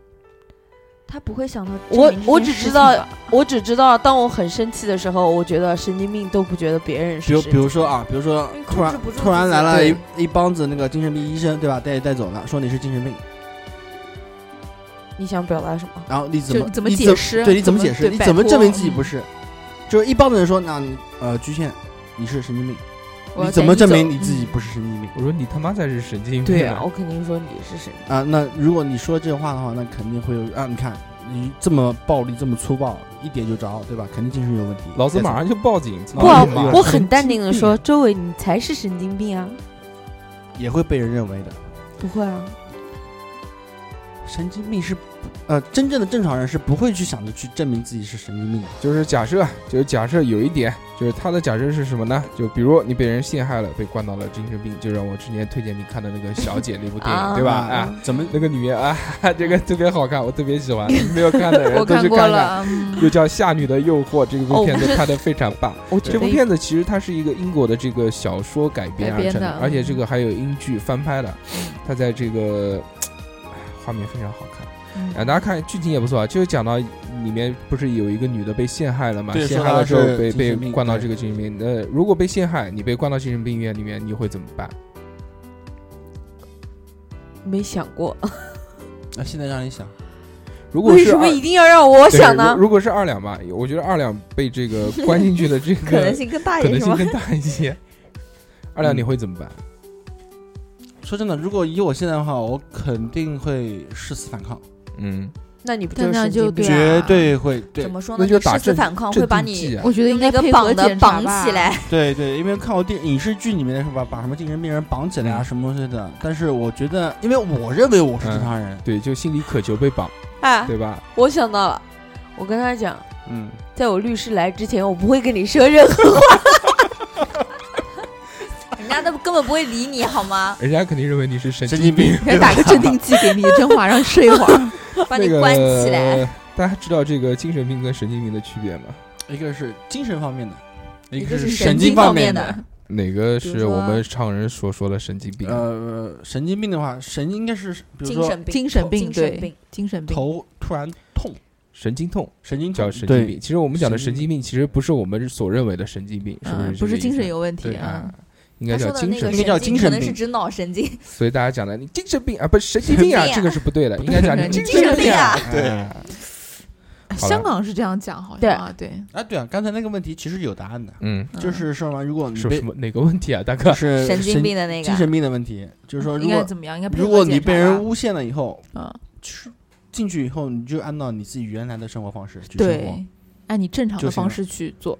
他不会想到这我件我事只情知道吧，我只知道，当我很生气的时候，我觉得神经病都不觉得别人比是如神比如说啊，比如说因为控突然制不住突然自己来了对一一帮子那个精神病医生，对吧？带带走了，说你是精神病，你想表达什么？然后你怎就么怎么你解释？对，你怎么解释？对你摆怎么脱证明自己不嗯是？就是一帮子人说，那你呃，局限你是神经病，我要怎带么走证明你自己不是神经病？我说你他妈才是神经病！对 (laughs) 啊，我肯定说你是神经。啊，那如果你说这话的话，那肯定会有啊！你看你这么暴力，这么粗暴，一点就着，对吧？肯定精神有问题。老子再走马上就报警！不不操啊你妈有我神很淡定的经 (laughs) 啊说，病周伟，你才是神经病啊！也会被人认为的不会啊，神经病是，呃，真正的正常人是不会去想着去证明自己是神经病的。就是假设，就是假设有一点，就是他的假设是什么呢？就比如你被人陷害了，被关到了精神病，就让我之前推荐你看的那个《小姐》那部电影，啊对吧？啊啊，怎么那个里面啊， (laughs) 这个特别好看，我特别喜欢。没有看的人我都看去过看看。了， (laughs) 又叫《夏女的诱惑》，这部哦片我子是拍的非常 (laughs) 棒。我觉哦这部得片子其实它是一个英国的这个小说改编改而编成的的，而且这个还有英剧翻拍的，嗯它在这个哎画面非常好看。嗯啊，大家看剧情也不错啊，就是讲到里面不是有一个女的被陷害了嘛，对陷说害她了之后是被精被神病关到对这个精神病，呃，如果被陷害，你被关到精神病院里面，你会怎么办？没想过，那、啊现在让你想，如果 (laughs) 为是什二么一定要让我对想如 (laughs) 呢？如果是二两吧，我觉得二两被这个关进去 (laughs) 的这可能个性更大一可能点是性吗？更大一些。二两你会怎么办？说真的，如果以我现在的话，我肯定会誓死反抗，嗯，那你不但是那神就经病对啊吗？绝对会，对怎么说那呢？就你打誓镇死反抗镇会把定你嗯剂啊我觉得用应那该个配合绑的检查绑吧起。来， (laughs) 对对，因为看过电影视剧里面是把把什么精神病人绑起来嗯啊，什么东西的。但是我觉得，因为我认为我是正常人，对，就心里渴求被绑，啊哎，对吧？我想到了，我跟他讲，嗯，在我律师来之前，我不会跟你说任何。人家都根本不会理你好吗？人家肯定认为你是 (laughs) 神神经病，给他打个镇定剂给你，真话让你睡一会儿。把你关起来。那个大家知道这个精神病跟神经病的区别吗？ (laughs) 一个是精神方面的，一个是神神经方方面的。哪个比如是我说们常人所说的神经病？啊呃，神经病的话，神应该是比如精说神病，精神病精神对病，精神病，头突然痛，神经痛神经叫痛神对经病。其实我们讲的神神经经病，其实不是我们所认为的神经病，是不嗯是，这不个是意精神思有问题对啊啊。，应该他叫说的精那神个应该病。叫神精经神可能是病指脑神经，所以大家讲的你精神病啊，不是神经病啊，神经病啊这个是不对的，应该讲你精 (laughs) 神神病啊啊。对，好了香港是这样讲，好像啊，对，啊，对啊，刚才那个问题其实有答案的，嗯，嗯就是说嘛，如果你是被什么哪个问题啊，大就哥？ (laughs) 是神经病的那精个，神病的问题，就是说如嗯应该果怎么样？应该配合如果你检查被人吧诬陷了以后，嗯，去进去以后你就按照你自己原来的生活方式去生活对，按你正常就的行方了式去做，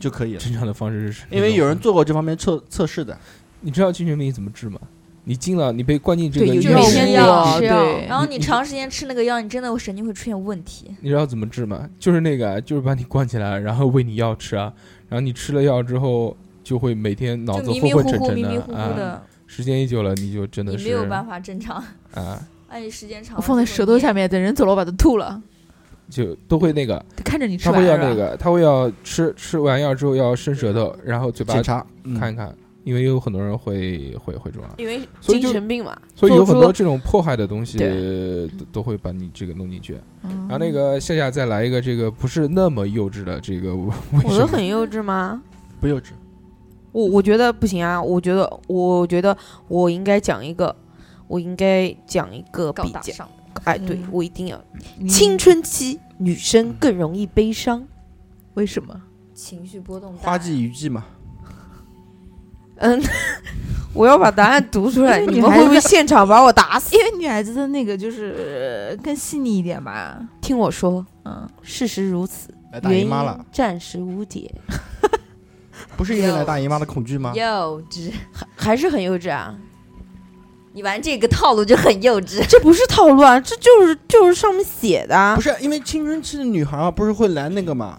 就可以了。正常的方式是，因为有人做过这方面测测试的，你知道精神病怎么治吗？你进了，你被关进这个对，有医药院物里面吃些药，吃对药，然后你长时间吃那个药，你真的神经会出现问题。你知道怎么治吗？就是那个，就是把你关起来，然后喂你药吃啊，然后你吃了药之后，就会每天脑就子迷昏迷糊昏沉糊、沉迷迷糊糊啊，的，时间一久了，你就真的你是没有办法正常。啊，而且时间长我了，放在舌头下面，等人走了我把它吐了，就都会那个，他看着你吃他完会要是那吧？个，他会要吃吃完药之后要伸舌头，然后嘴巴检查嗯看一，看，因为有很多人会会会这样，因为所以精就神病嘛，所以有做很出多这种迫害的东西对都都会把你这个弄进去。然然后那个夏夏再来一个这个不是那么幼稚的这个，为我什都么很幼稚吗？嗯不幼稚。我我觉得不行啊，我觉得我觉得我应该讲一个，我应该讲一个高比大较，上，哎，对嗯我一定要。青春期女生更容易悲伤，为什么？情绪波动大。花季雨季嘛，嗯， (laughs) 我要把答案读出来，因为 (laughs) 你女们孩会不会子现场把我打死？因为女孩子的那个就是呃更细腻一点吧。听我说，嗯，事实如此，来大原姨因妈了，暂时无 (laughs) 解，不是因为来大姨妈的恐惧吗？幼稚，还是很幼稚啊。你玩这个套路就很幼稚。这不是套路啊，这就是就是上面写的啊不。是，因为青春期的女孩啊，不是会来那个嘛，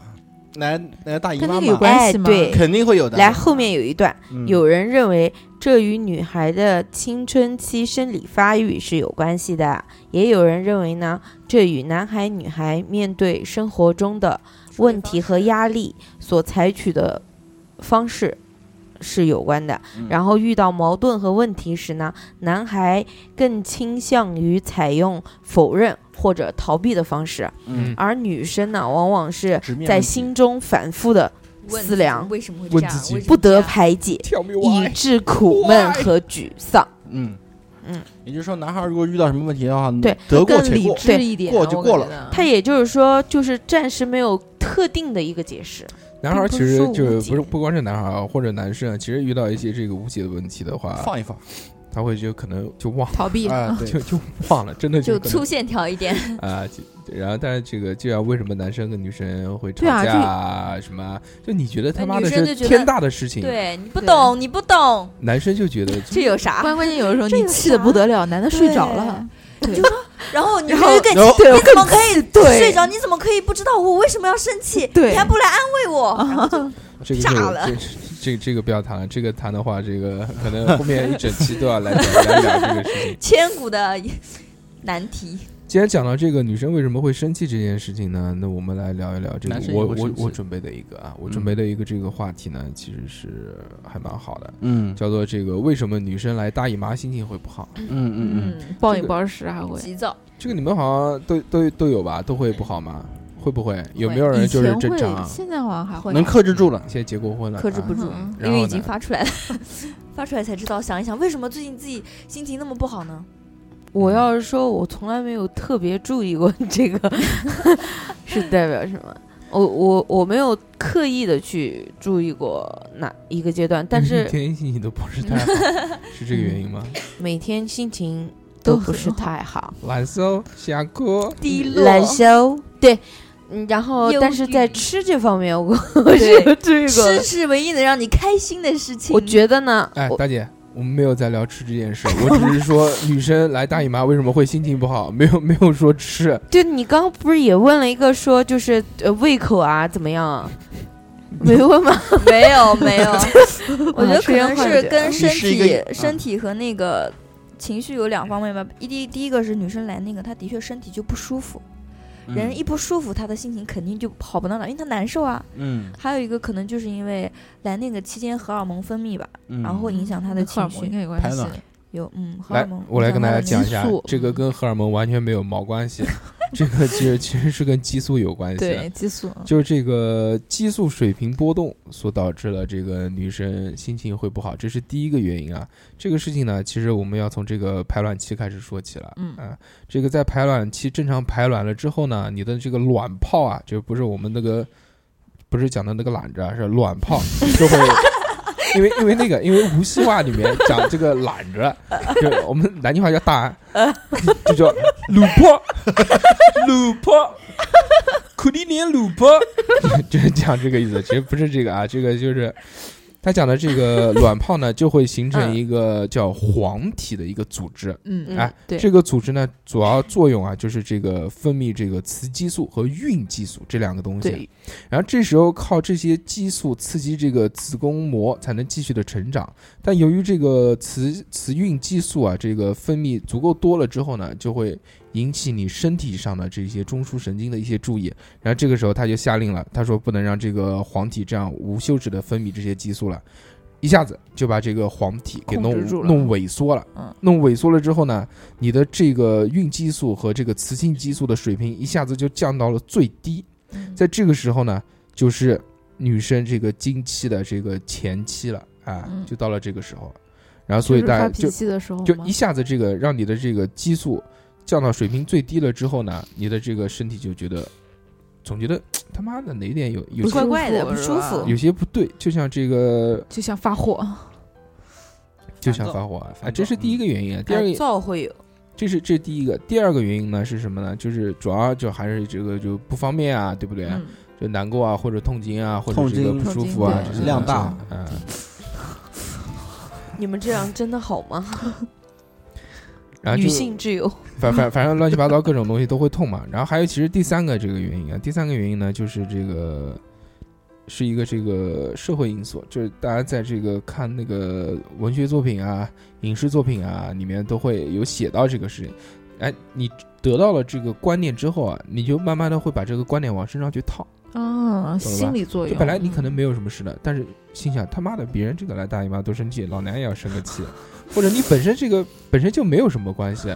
来来大姨跟妈那个有嘛，关系吗？哎对肯定会有的。来，后面有一段，嗯有人认为这与女孩的青春期生理发育是有关系的，也有人认为呢，这与男孩女孩面对生活中的问题和压力所采取的方式是有关的。嗯然后遇到矛盾和问题时呢，男孩更倾向于采用否认或者逃避的方式，嗯，而女生呢，往往是直面在问题心中反复的 (laughs) 问思量为什么会问这样自己？为什么不得这样排解， Tell me 以致苦闷和沮丧。嗯嗯，也就是说，男孩如果遇到什么问题的话，对，得过更且理过。智一点，过就过了了他也就是说，就是暂时没有特定的一个解释。男孩儿其并不是实说就无解不是不光是男孩儿啊，或者男生啊，其实遇到一些这个无解的问题的话，放一放他会就可能就忘，逃避。啊，就对，就忘了，真的就可能粗线条一点，啊。就然后，但是这个就要为什么男生跟女生会吵对啊架啊？什么啊？就你觉得他哎妈女的生是就觉得天大的事情，对你不对懂，你不懂，男生就觉得这有啥？关关键有的时候这你有气得啥不得了，男的睡着了，然后你然就后更然后你怎么可以对睡嗯着？你怎么可以不知道我为什么要生气？对你还不来安 (laughs) 慰我？这个炸就了这这这个不要谈了，这个谈的话，这个可能后面一整期都要来聊来聊这个事情。千古的难题。既然讲到这个女生为什么会生气这件事情呢，那我们来聊一聊这个男生也我会我生气我准备的一个啊，我嗯准备的一个这个话题呢，其实是还蛮好的，嗯叫做这个为什么女生来大姨妈心情会不好？嗯嗯嗯，暴这饮个暴食还啊哦会。急躁，这个你们好像都都都有吧？都会不好吗？会不会有没有人以就前是会，正常？现在好像还会能克制住了。现在结过婚了，克制不啊住嗯，然因为后已经呢发出来了， (laughs) 发出来才知道。想一想，为什么最近自己心情那么不好呢？我要是说，我从来没有特别注意过这个 (laughs) 是代表什么。我我我没有刻意的去注意过哪一个阶段，但 (laughs) 因为嗯是天天心情都不是太 (laughs) 好，是这个原因吗？每天心情都都不很是好太好。懒受想哭，低难受，对，嗯然后忧但是在郁吃这方面，我 (laughs) 我是有注意过吃的。是唯一能让你开心的事情。我觉得呢，哎，我大姐，我们没有在聊吃这件事，我只是说女生来大姨妈为什么会心情不好，没有没有说吃，就你刚刚不是也问了一个说就是呃胃口啊怎么样啊？没问吗？ (laughs) 没有 (laughs) 没有，我觉得啊可吃能人是幻觉跟身你是一体啊个、身体和那个情绪有两方面吧。一第第一个是女生来那个，她的确身体就不舒服，嗯嗯人一不舒服，她的心情肯定就好不到哪，因为她难受啊。嗯还有一个可能就是因为来那个期间荷尔蒙分泌吧，嗯，然后会影响她的荷尔情蒙应绪。该有关排系卵。有嗯，荷尔来蒙。，我来跟大家讲一下激素，这个跟荷尔蒙完全没有毛关系，这个其实其实是跟激素有关系的对，激素，就是这个激素水平波动所导致了这个女生心情会不好，这是第一个原因啊。这个事情呢，其实我们要从这个排卵期开始说起了。嗯啊，这个在排卵期正常排卵了之后呢，你的这个卵泡啊，就不是我们那个不是讲的那个懒子啊，是卵泡就会。因为因为那个因为无锡话里面讲这个懒着，就我们南京话叫大，就叫鲁坡，鲁坡，苦力连鲁坡， (laughs) 就是讲这个意思。其实不是这个啊，这个就是他讲的这个卵泡呢，就会形成一个叫黄体的一个组织。嗯，哎，对，这个组织呢，主要作用啊，就是这个分泌这个雌激素和孕激素这两个东西对。然后这时候靠这些激素刺激这个子宫膜才能继续的成长。但由于这个雌雌孕激素啊，这个分泌足够多了之后呢，就会引起你身体上的这些中枢神经的一些注意。然后这个时候他就下令了，他说不能让这个黄体这样无休止的分泌这些激素了。一下子就把这个黄体给弄控制住了弄萎缩了，嗯弄萎缩了之后呢，你的这个孕激素和这个雌性激素的水平一下子就降到了最低，在这个时候呢，就是女生这个经期的这个前期了，啊嗯，就到了这个时候，然后所就以是大发家脾就气的时候就吗一？下子这个让你的这个激素降到水平最低了之后呢，你的这个身体就觉得总觉得他妈的哪点有有不些舒怪服怪的，是不舒吧服有。些不对，就像这个就想发火，就想发火啊，烦躁哎这嗯是第一个原因啊，第二个烦原躁会有，这是这第一个，第二个原因呢是什么呢？就是主要就还是这个就不方便啊，对不对？嗯，就难过啊，或者痛经啊，或者痛这个经不舒服啊痛，经这对些量东西大，嗯，你们这样真的好吗？然后女就性之友，反反反正乱七八糟各种东西都会痛嘛。然后还有其实第三个这个原因啊，第三个原因呢就是这个是一个这个社会因素，就是大家在这个看那个文学作品啊、影视作品啊里面都会有写到这个事情。哎，你得到了这个观念之后啊，你就慢慢的会把这个观点往身上去套。啊，懂了吧心理作就用。嗯本哦来你可能没有什么事的，但是心想他妈的，别人这个来大姨妈都生气，老娘也要生个 (laughs) 气，或者你本身这个本身就没有什么关系，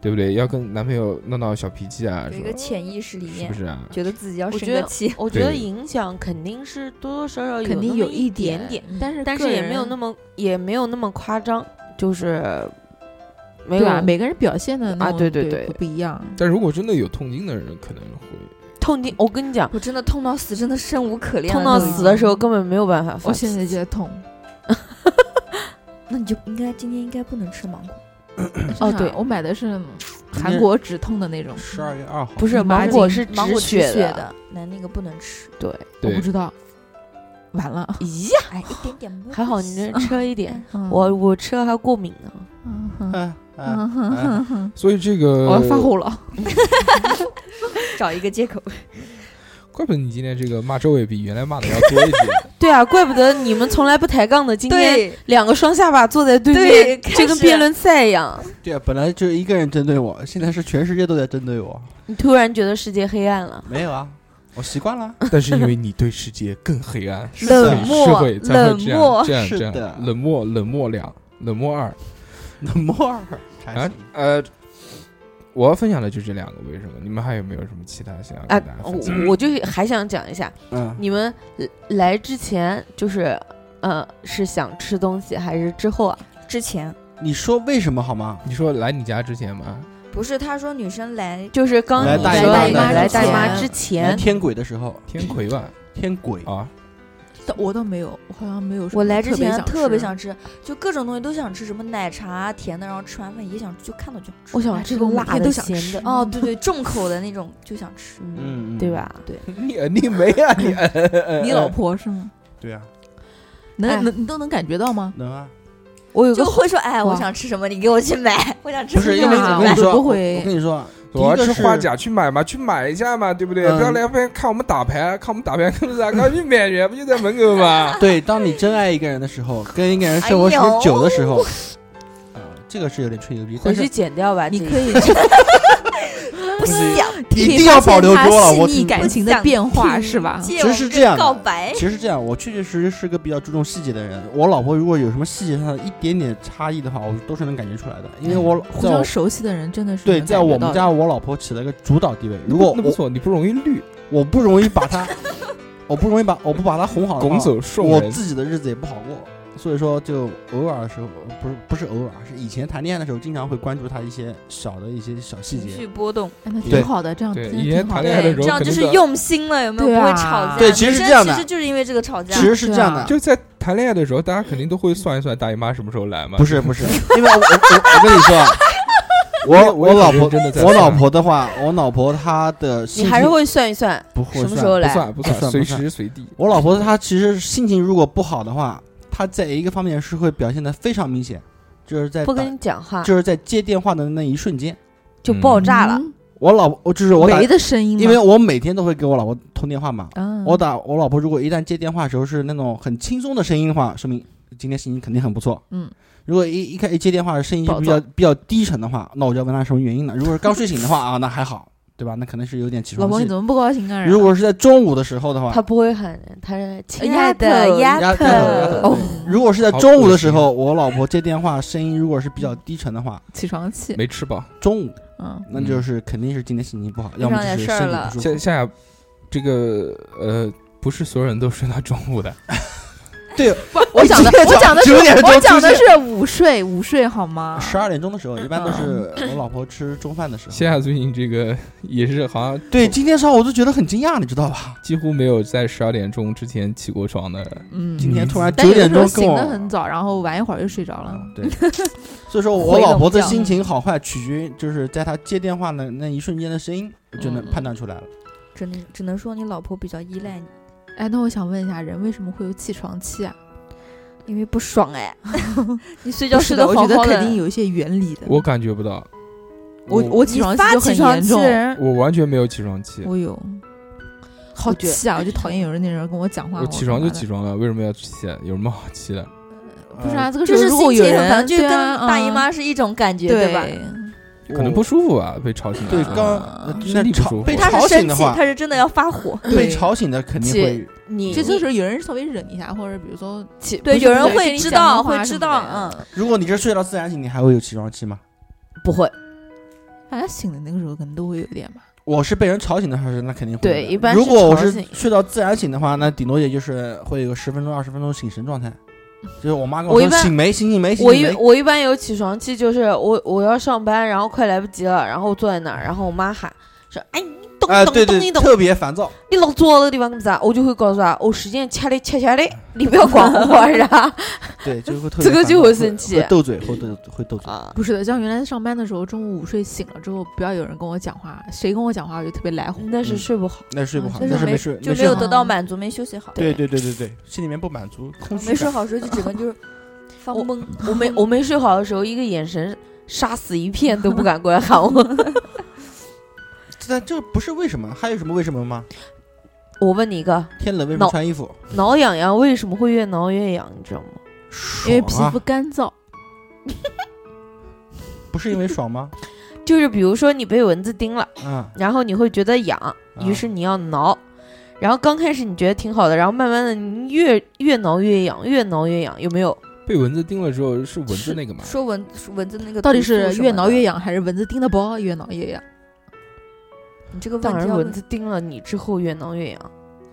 对不对？要跟男朋友闹闹小脾气啊，嗯有是一吧个潜意识里是面不是啊？觉得自己要我生觉个得气，我觉得对影响肯定是多多少少有肯定那有么一点嗯点点，但是但个是也没有人那么也没有那么夸张，就是啊没有对吧？每个人表现的那啊种对对对对不不一样。但如果真的有痛经的人，可能会痛经。我跟你讲， (laughs) 我真的痛到死，真的生无可恋了痛那到种。死的时候根本没有办法发我脾气。现在就 (clears throat) 在痛。那你就应该今天应该不能吃芒果。哦，哦对对，我买的是韩天国止痛的那种，嗯十二月二号，不是麻芒果筋是芒果止血血，的，那那个不能 (laughs) 吃。对，我不对知道。完了，咦呀，哎，一点点没有还好你 (laughs) 关系这吃了一点，嗯我我吃了还过敏呢，嗯哼哎哎嗯哼哎哼哼所以这个我要发火了。找一个借口。怪不得你今天这个骂周伟比原来骂的要多 (laughs) 一点，对啊，怪不得你们从来不抬杠的，今天 (laughs) 对两个双下巴坐在对对面，，就开跟始辩论赛一样。对啊，本来就一个人针对我，现在是全世界都在针对我。你突然觉得世界黑暗了，没有啊，我习惯了。但是因为你对世界更黑暗，是所的以社会才会这冷漠样这样是这的样，冷漠冷漠两冷漠二。冷漠儿，啊呃，我要分享的就这两个，为什么？你们还有没有什么其他想要啊跟大家，分享？我我就还想讲一下，嗯，你们呃来之前就是，呃，是想吃东西还是之后啊？之前你说为什么好吗？你说来你家之前吗？不是他说女生来就是刚来你大姨说妈你的来之大姨妈前之来前，天鬼的时候， (laughs) 天魁吧？天鬼啊，但我倒没有，我好像没有什么我来之前想特别吃想吃，就各种东西都想吃，什么奶茶、啊甜的，然后吃完饭也想，就看到就想吃。我想哎吃这个个我辣每天的、都想咸的吃，哦， (laughs) 对对，重口的那种就想吃。嗯，嗯，嗯对？吧？对，你你没啊你？你老婆是吗？对啊，哎能能你都能感觉到吗？能啊。我有就个会说，哎，哇我想吃什么，你给我去买。我想吃不什么是你因给为我啊我去跟买你说，我都我会我跟你说，第 (laughs) 我一要个吃是花甲去买嘛，去买一下嘛，对不对？嗯不要来边看我们打牌，看我们打牌干啥？赶紧买人，不就在门口吗？ (laughs) 对，当你真爱一个人的时候，跟一个人生活时哎呦间久的时候，啊，这个是有点吹牛逼，回但是去剪掉吧，你这一可以，(laughs) 不是想一可以 (laughs) 定要发现保留他住了细我腻自己感情的变化是吧？借其我实是个这样的告哎白其实这样，我确确实实是个比较注重细节的人。我老婆如果有什么细节上的一点点差异的话，我都是能感觉出来的，因为我哎互在相我熟悉的人真的是对能在感觉我们到家，我老婆起了个主导 (laughs) 地位。如果那不我错，你不容易绿，我不容易把她，我不容易把我不把她哄好的拱话，手送我人。自己的日子也不好过。所以说，就偶尔的时候，不是不是偶尔，是以前谈恋爱的时候，经常会关注她一些小的一些小细情节绪。波动，哎那挺对好的，这样对真的以前挺好谈恋爱的。哎嗯的时这候样就肯是定用心了，有没有？对不啊会吵架。对其实女是生这样的其实就是因为这个吵架其。实是这样的，就在谈恋爱的时候，大家肯定都会算一算大姨妈什么时候来嘛。不是不是，因为我我我我跟你说 (laughs) 啊，我我我也老很婆认真地在我算老婆的话，我老婆她的你心还是情会算一算不会什么算时候不来。算不不算，算随不算时随地。我老婆她其实心情如果不好的话，她在一个方面是会表现的非常明显，就是在不打跟你讲话就是在接电话的那一瞬间，就爆炸了，嗯，我老我就是我打没，的声音吗，因为我每天都会给我老婆通电话嘛，啊，我打我老婆如果一旦接电话的时候是那种很轻松的声音的话，说明今天心情肯定很不错。嗯，如果一一开一接电话声音就比暴较比较低沉的话，那我就要问她什么原因了。如果是刚睡醒的话啊，那还好，对吧？那可能是有点起老床婆你气。怎么不高兴啊？如果是在中午的时候的话他，不会喊人，他是哎亲丫爱头的丫丫头头丫头，哦对如果是在中午的时候，我老婆接电话声音如果是比较低沉的话，起床气，没吃饱，中午嗯，那就是肯定是今天心情不好，遇要么上就点是事儿身体了不舒服。夏夏嗯夏，这个呃，不是所有人都睡到中午的。对，不，我讲 (laughs) 的今天我讲的是9点钟我讲的出是午睡午睡好吗？十二点钟的时候，一般都是我老婆吃中饭的时候。夏夏最近这个 (laughs) 也是好像对，今天上午我都觉得很惊讶，你知道吧？几乎没有在十二点钟之前起过床的。嗯，今天突然但九有的点时候钟跟醒我得很早，然后玩一会儿就睡着了。嗯对，所以说我老婆的心情好坏取决于就是在她接电话的那一瞬间的声音，我就能判断出来了。只能只能说你老婆比较依赖你，哎，那我想问一下，人为什么会有起床气啊？因为不爽 (laughs) 哎。你睡觉不是睡的，得我好觉得好肯定的，有一些原理的。我感觉不到，我我我起床气就很严重，人，我完全没有起床气，我有，哎好觉得气啊！我就讨厌有人那人跟我讲话，我起床就起床，床了，为什么要起？有什么好起的？ (laughs) 不是嗯呃啊，这个时就候是如果心有情很人烦，就是对跟啊大姨嗯妈是一种感觉，对嗯吧？我可能不舒服吧，被吵醒了。对，刚啊刚身那体不舒吵服被他吵是醒生的气，话他，是真的要发火。被吵醒的肯定会你这就是有人稍微忍一下，或者比如说起，对，不是有人跟会你知讲道，电话会什知么道，的，嗯，如果你这睡到自然醒，你还会有起床气吗？不会，大家醒的那个时候可能都会有点吧。我是被人吵醒的话，是那肯定会的。对一般是如果我是吵醒睡到自然醒的话，那顶多也就是会有十分钟、二十分钟醒神状态。就是我妈跟我一说般醒没醒醒没醒我醒一没，我一般有起床气，就是我我要上班，然后快来不及了，然后坐在那儿，然后我妈喊说：“哎，你动哎动对动对，一动，特别烦躁。你老坐那个地方干啥？”我就会告诉她：“我时间掐的掐掐的，你不要管我 (laughs) 呀。对，就是会特别这个烦躁就会生气会斗嘴，会斗会斗”嘴。啊，不是的，像原来上班的时候，中午午睡醒了之后，不要有人跟我讲话，谁跟我讲话我就特别来火。那是嗯睡不好。那睡不好，就那是是没没睡，就没睡有好得到满足，没休息好，对对对对对，心里面不满足，空虚没睡感。好时候就整 (laughs) 个就是 (laughs) 发我懵。我没我没睡好的时候，一个眼神杀死一片都不敢过来喊我。 (laughs) 但这不是为什么，还有什么为什么吗？我问你一个，天冷为什么脑穿衣服？挠痒痒为什么会越挠越痒？你知道吗？因为皮爽啊肤干燥，不是因为爽吗？就是比如说你被蚊子叮了，啊，然后你会觉得痒，于是你要挠。然后刚开始你觉得挺好的，然后慢慢的你越越挠越痒，越挠越痒，有没有？被蚊子叮了之后是蚊子那个嘛？说蚊说蚊子那个到底毒素是什越么挠的越？痒，还是蚊子叮的包越挠越痒？你这个问当题然要蚊问子叮了你之后越挠越痒，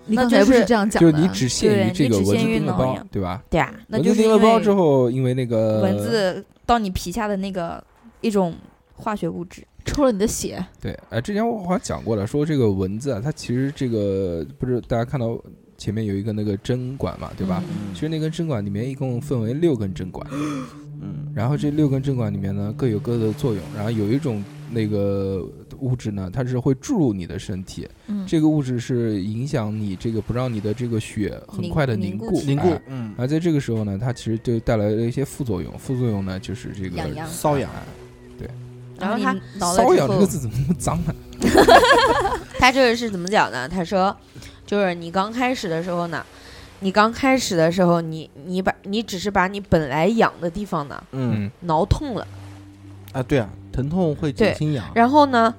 你那刚才就不是这样讲就的？是你只限于对这个你只蚊子限于叮了挠包痒，对吧？对啊，那蚊就子是叮因了为包之后，呃因为那个蚊子到你皮下的那个一种化学物质，抽了你的血，对，哎，之前我好像讲过了，说这个蚊子啊，它其实这个不是大家看到前面有一个那个针管嘛，对吧？嗯其实那根针管里面一共分为六根针管，嗯，然后这六根针管里面呢各有各的作用，然后有一种那个物质呢，它是会注入你的身体，嗯这个物质是影响你这个不让你的这个血很凝快的凝凝固固起凝固哎，嗯，而在这个时候呢，它其实就带来了一些副作用，副作用呢就是这个啊痒痒瘙痒。然后你它挠了瘙之痒这后个字怎么那么脏啊呢？他这个是怎么讲呢？他说，就是你刚开始的时候呢，你刚开始的时候，你你把你只是把你本来痒的地方呢嗯嗯挠痛了，啊，对啊，疼痛会对减轻痒。然后呢，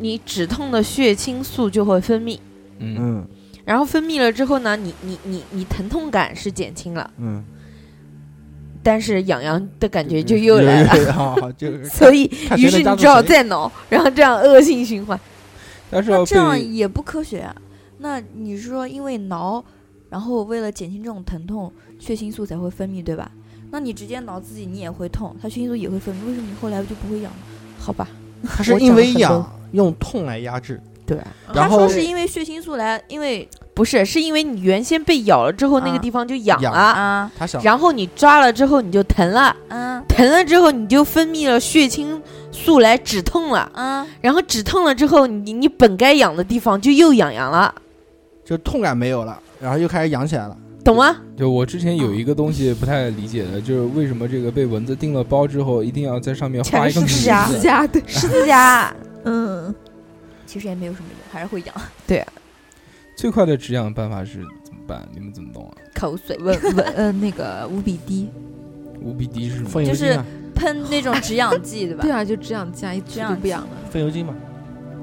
你止痛的血清素就会分泌，嗯，嗯然后分泌了之后呢，你你你你疼痛感是减轻了，嗯，但是痒痒的感觉就又来 (laughs) 了，了。好好，就是所以看于谁是能你抓只好住谁。再挠，然后这样恶性循环。但是要那这样被也不科学啊。那你是说因为挠，然后为了减轻这种疼痛，血清素才会分泌，对吧？那你直接挠自己，你也会痛，它血清素也会分泌，为什么你后来就不会痒呢？好吧，它是我因讲为得很痒，用痛来压制。对吧？然他后说是因为血清素来，因为不是，是因为你原先被咬了之后，那个啊地方就痒痒了，啊它想，然后你抓了之后你就疼了，啊疼了之后你就分泌了血清素来止痛了，啊，然后止痛了之后，你你本该痒的地方就又痒痒了，就痛感没有了，然后又开始痒起来了。懂吗？就我之前有一个东西不太理解的，就是为什么这个被蚊子叮了包之后，一定要在上面画一全个名是指甲字？家对，十字架，嗯，其实也没有什么用，还是会痒。最快的止痒办法是怎么办？你们怎么懂啊？口水闻闻呃那个五比滴，无比滴是什么风？油就是精啊，喷那种止痒剂，对吧对？啊，就止痒剂啊，一止直痒都剂不痒了。风油精嘛，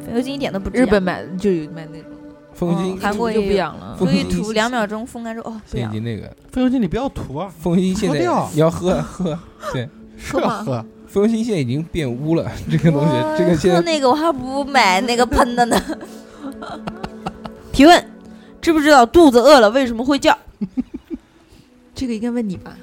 风油精一点都不止日痒。本买就有卖那种，风油精嗯，韩国就也不有痒了不所风以油精涂两秒钟风干之后，哦，不现在已痒。经那个风油精你不要涂啊，风油精现在喝掉你要喝喝，对，是要喝。风油精现在已经变污了，这个东哇西，这个现喝在那个我还不买哦那个喷的呢。提问：知不知道肚子饿了为什么会叫？这个应该问你吧，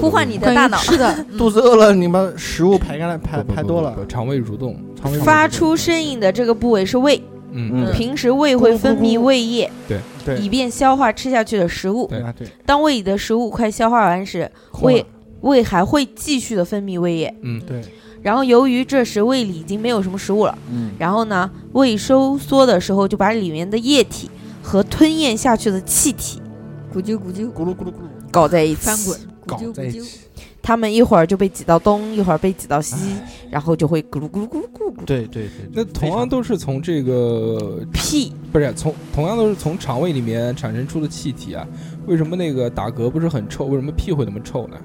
呼唤你的关于大脑，吃 (laughs) 的肚子饿了，你们食物排干了，排不不排不多不了不，肠胃蠕动，肠胃蠕发动出声音的这个部位是胃，嗯，对平时胃会分泌胃液，对以便消化吃下去的食物。对啊对，当胃里的食物快消化完时，空胃了胃还会继续的分泌胃液。对，然后由于这时胃里已经没有什么食物了，嗯，然后呢，胃收缩的时候就把里面的液体和吞咽下去的气体咕啾咕啾咕噜咕噜咕噜，搞在一起，翻滚。咕啾 (laughs) 搞在咕 (laughs) 一啾，起，他们一会儿就被挤到东，一会儿被挤到西，然后就会咕噜咕噜咕噜咕噜咕噜。对对对，那同样都是从这个屁，不是从同样都是从肠胃里面产生出的气体啊，为什么那个打嗝不是很臭？为什么屁会那么臭呢？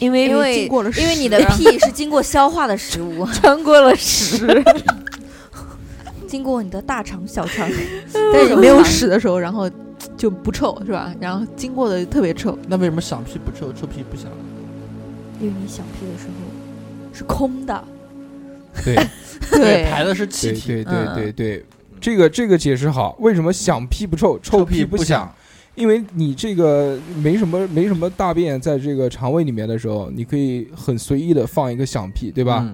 因为 (laughs) 因为经过了因为你屎的啊屁是经过消化的食 (laughs) 物，穿过了屎， (laughs) 经过你的大肠、小肠，但是没有屎的时候，然后就不臭是吧？然后经过的特别臭，那为什么响屁不臭，臭屁不响？ (laughs) 因为你想屁的时候是空的，对对，排的是气对体，对对对对，嗯这个这个解释好。为什么响屁不臭，臭臭屁不响？，因为你这个没什么没什么大便在这个肠胃里面的时候，你可以很随意的放一个响屁，对对吧？？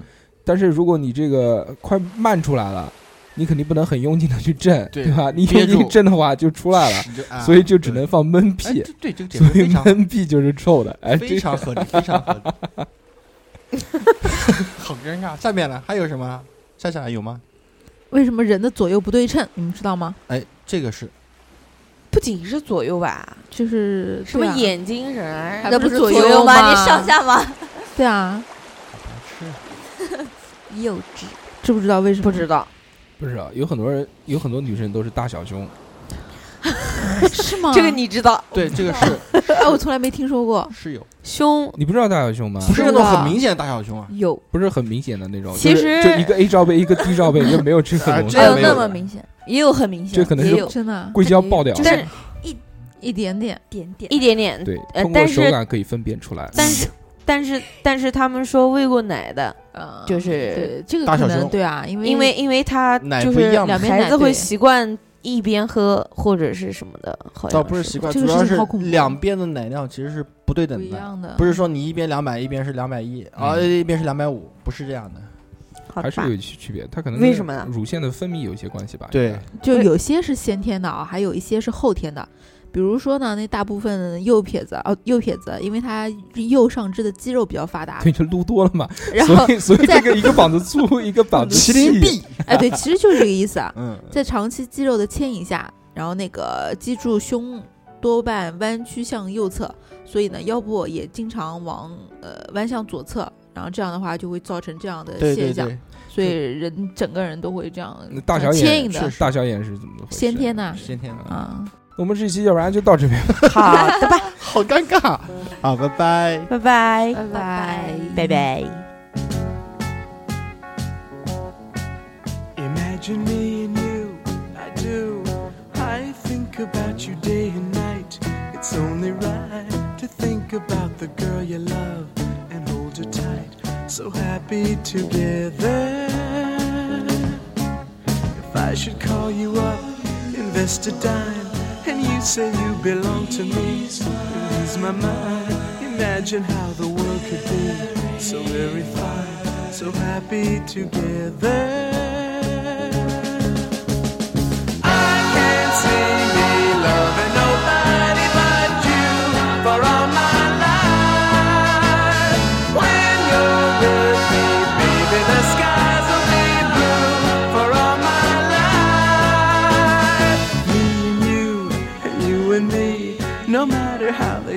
但是如果你这个快漫出来了，你肯定不能很用劲的去震，对吧？你憋用住劲震的话就出来了，屎就，啊所以就只能放闷对哎屁。这对这个解所释以非常闷屁就是臭的， (laughs) 哎，这非常合理，非常 (laughs) 合理。好尴尬，下面呢还有什么？夏夏有吗？为什么人的左右不对称？你们知道吗？哎，这个是 (laughs) 不仅是左右吧，就是什么对啊眼睛人，还那不是是左右右吗？吗你上下吗？对啊，好白痴，幼稚，知不知道为什么？不知道，不是啊？有很多人，有很多女生都是大小胸， (laughs) 是吗？这个你知道，对，这个是哎，我从来没听说过。是有，胸 (laughs) 你不知道大小胸吗？不是那种是的很明显的大小胸啊，有，不是很明显的那种，其就是实就一个 A 罩杯，一个 D 罩杯，就哎没有这个啊东西。这还个有没那有么的明显，也有很明显，这可能也是有真的啊，硅胶爆掉，就是但是一点点。点点一点点，对，呃通过但是手感可以分辨出来。嗯但是但是但是他们说喂过奶的，呃，啊就是对这个大小可能胸对啊，因为因为因为他奶就不一是样嘛两边孩奶子会对习惯一边喝或者是什么的，好倒像不是习惯，这主个要事是情好恐怖啊两边的奶量其实是不对不等一的，样的，不是说你一边两百，一边是两百一啊，嗯一边是两百五，不是这样的。好还是吧有一些区别，它可能为跟什么呢乳腺的分泌有一些关系吧？对应该，就有些是先天的啊，还有一些是后天的。比如说呢，那大部分右撇子哦，右撇子，因为他右上肢的肌肉比较发达，对，就撸多了嘛， (laughs) 然后 (laughs) 所以所以这在个一个膀子粗，一个膀子麒细麟臂， (laughs) 哎，对，其实就是这个意思啊。嗯，在长期肌肉的牵引下，然后那个脊柱胸多半弯曲向右侧，所以呢腰部也经常往呃弯向左侧，然后这样的话就会造成这样的对对现象，对，所以人整个人都会这样呃那大小啊牵眼引的是大小眼是怎么回事？先天呐先天的，啊。我们这期要不然就到这边吧。好的吧，好尴尬，好，拜拜。拜拜拜拜拜拜。 Imagine me and you, I do. I think about you day and night. It's only right to think about the girl you love and hold her tight. So happy together. If I should call you up, invest a dime, and you say you belong to me, and lose my mind. Imagine how the world could be so very fine, so happy together. I can't see me loving nobody but you for all my life. When you're with me, baby, the skies will be blue for all my life. Me and you, and you and me, no matter how they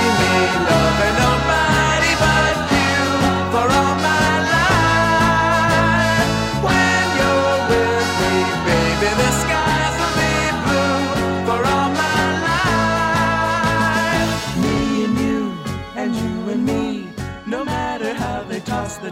me loving nobody but you for all my life. When you're with me, baby, the skies will be blue for all my life. Me and you, and you and me, no matter how they toss the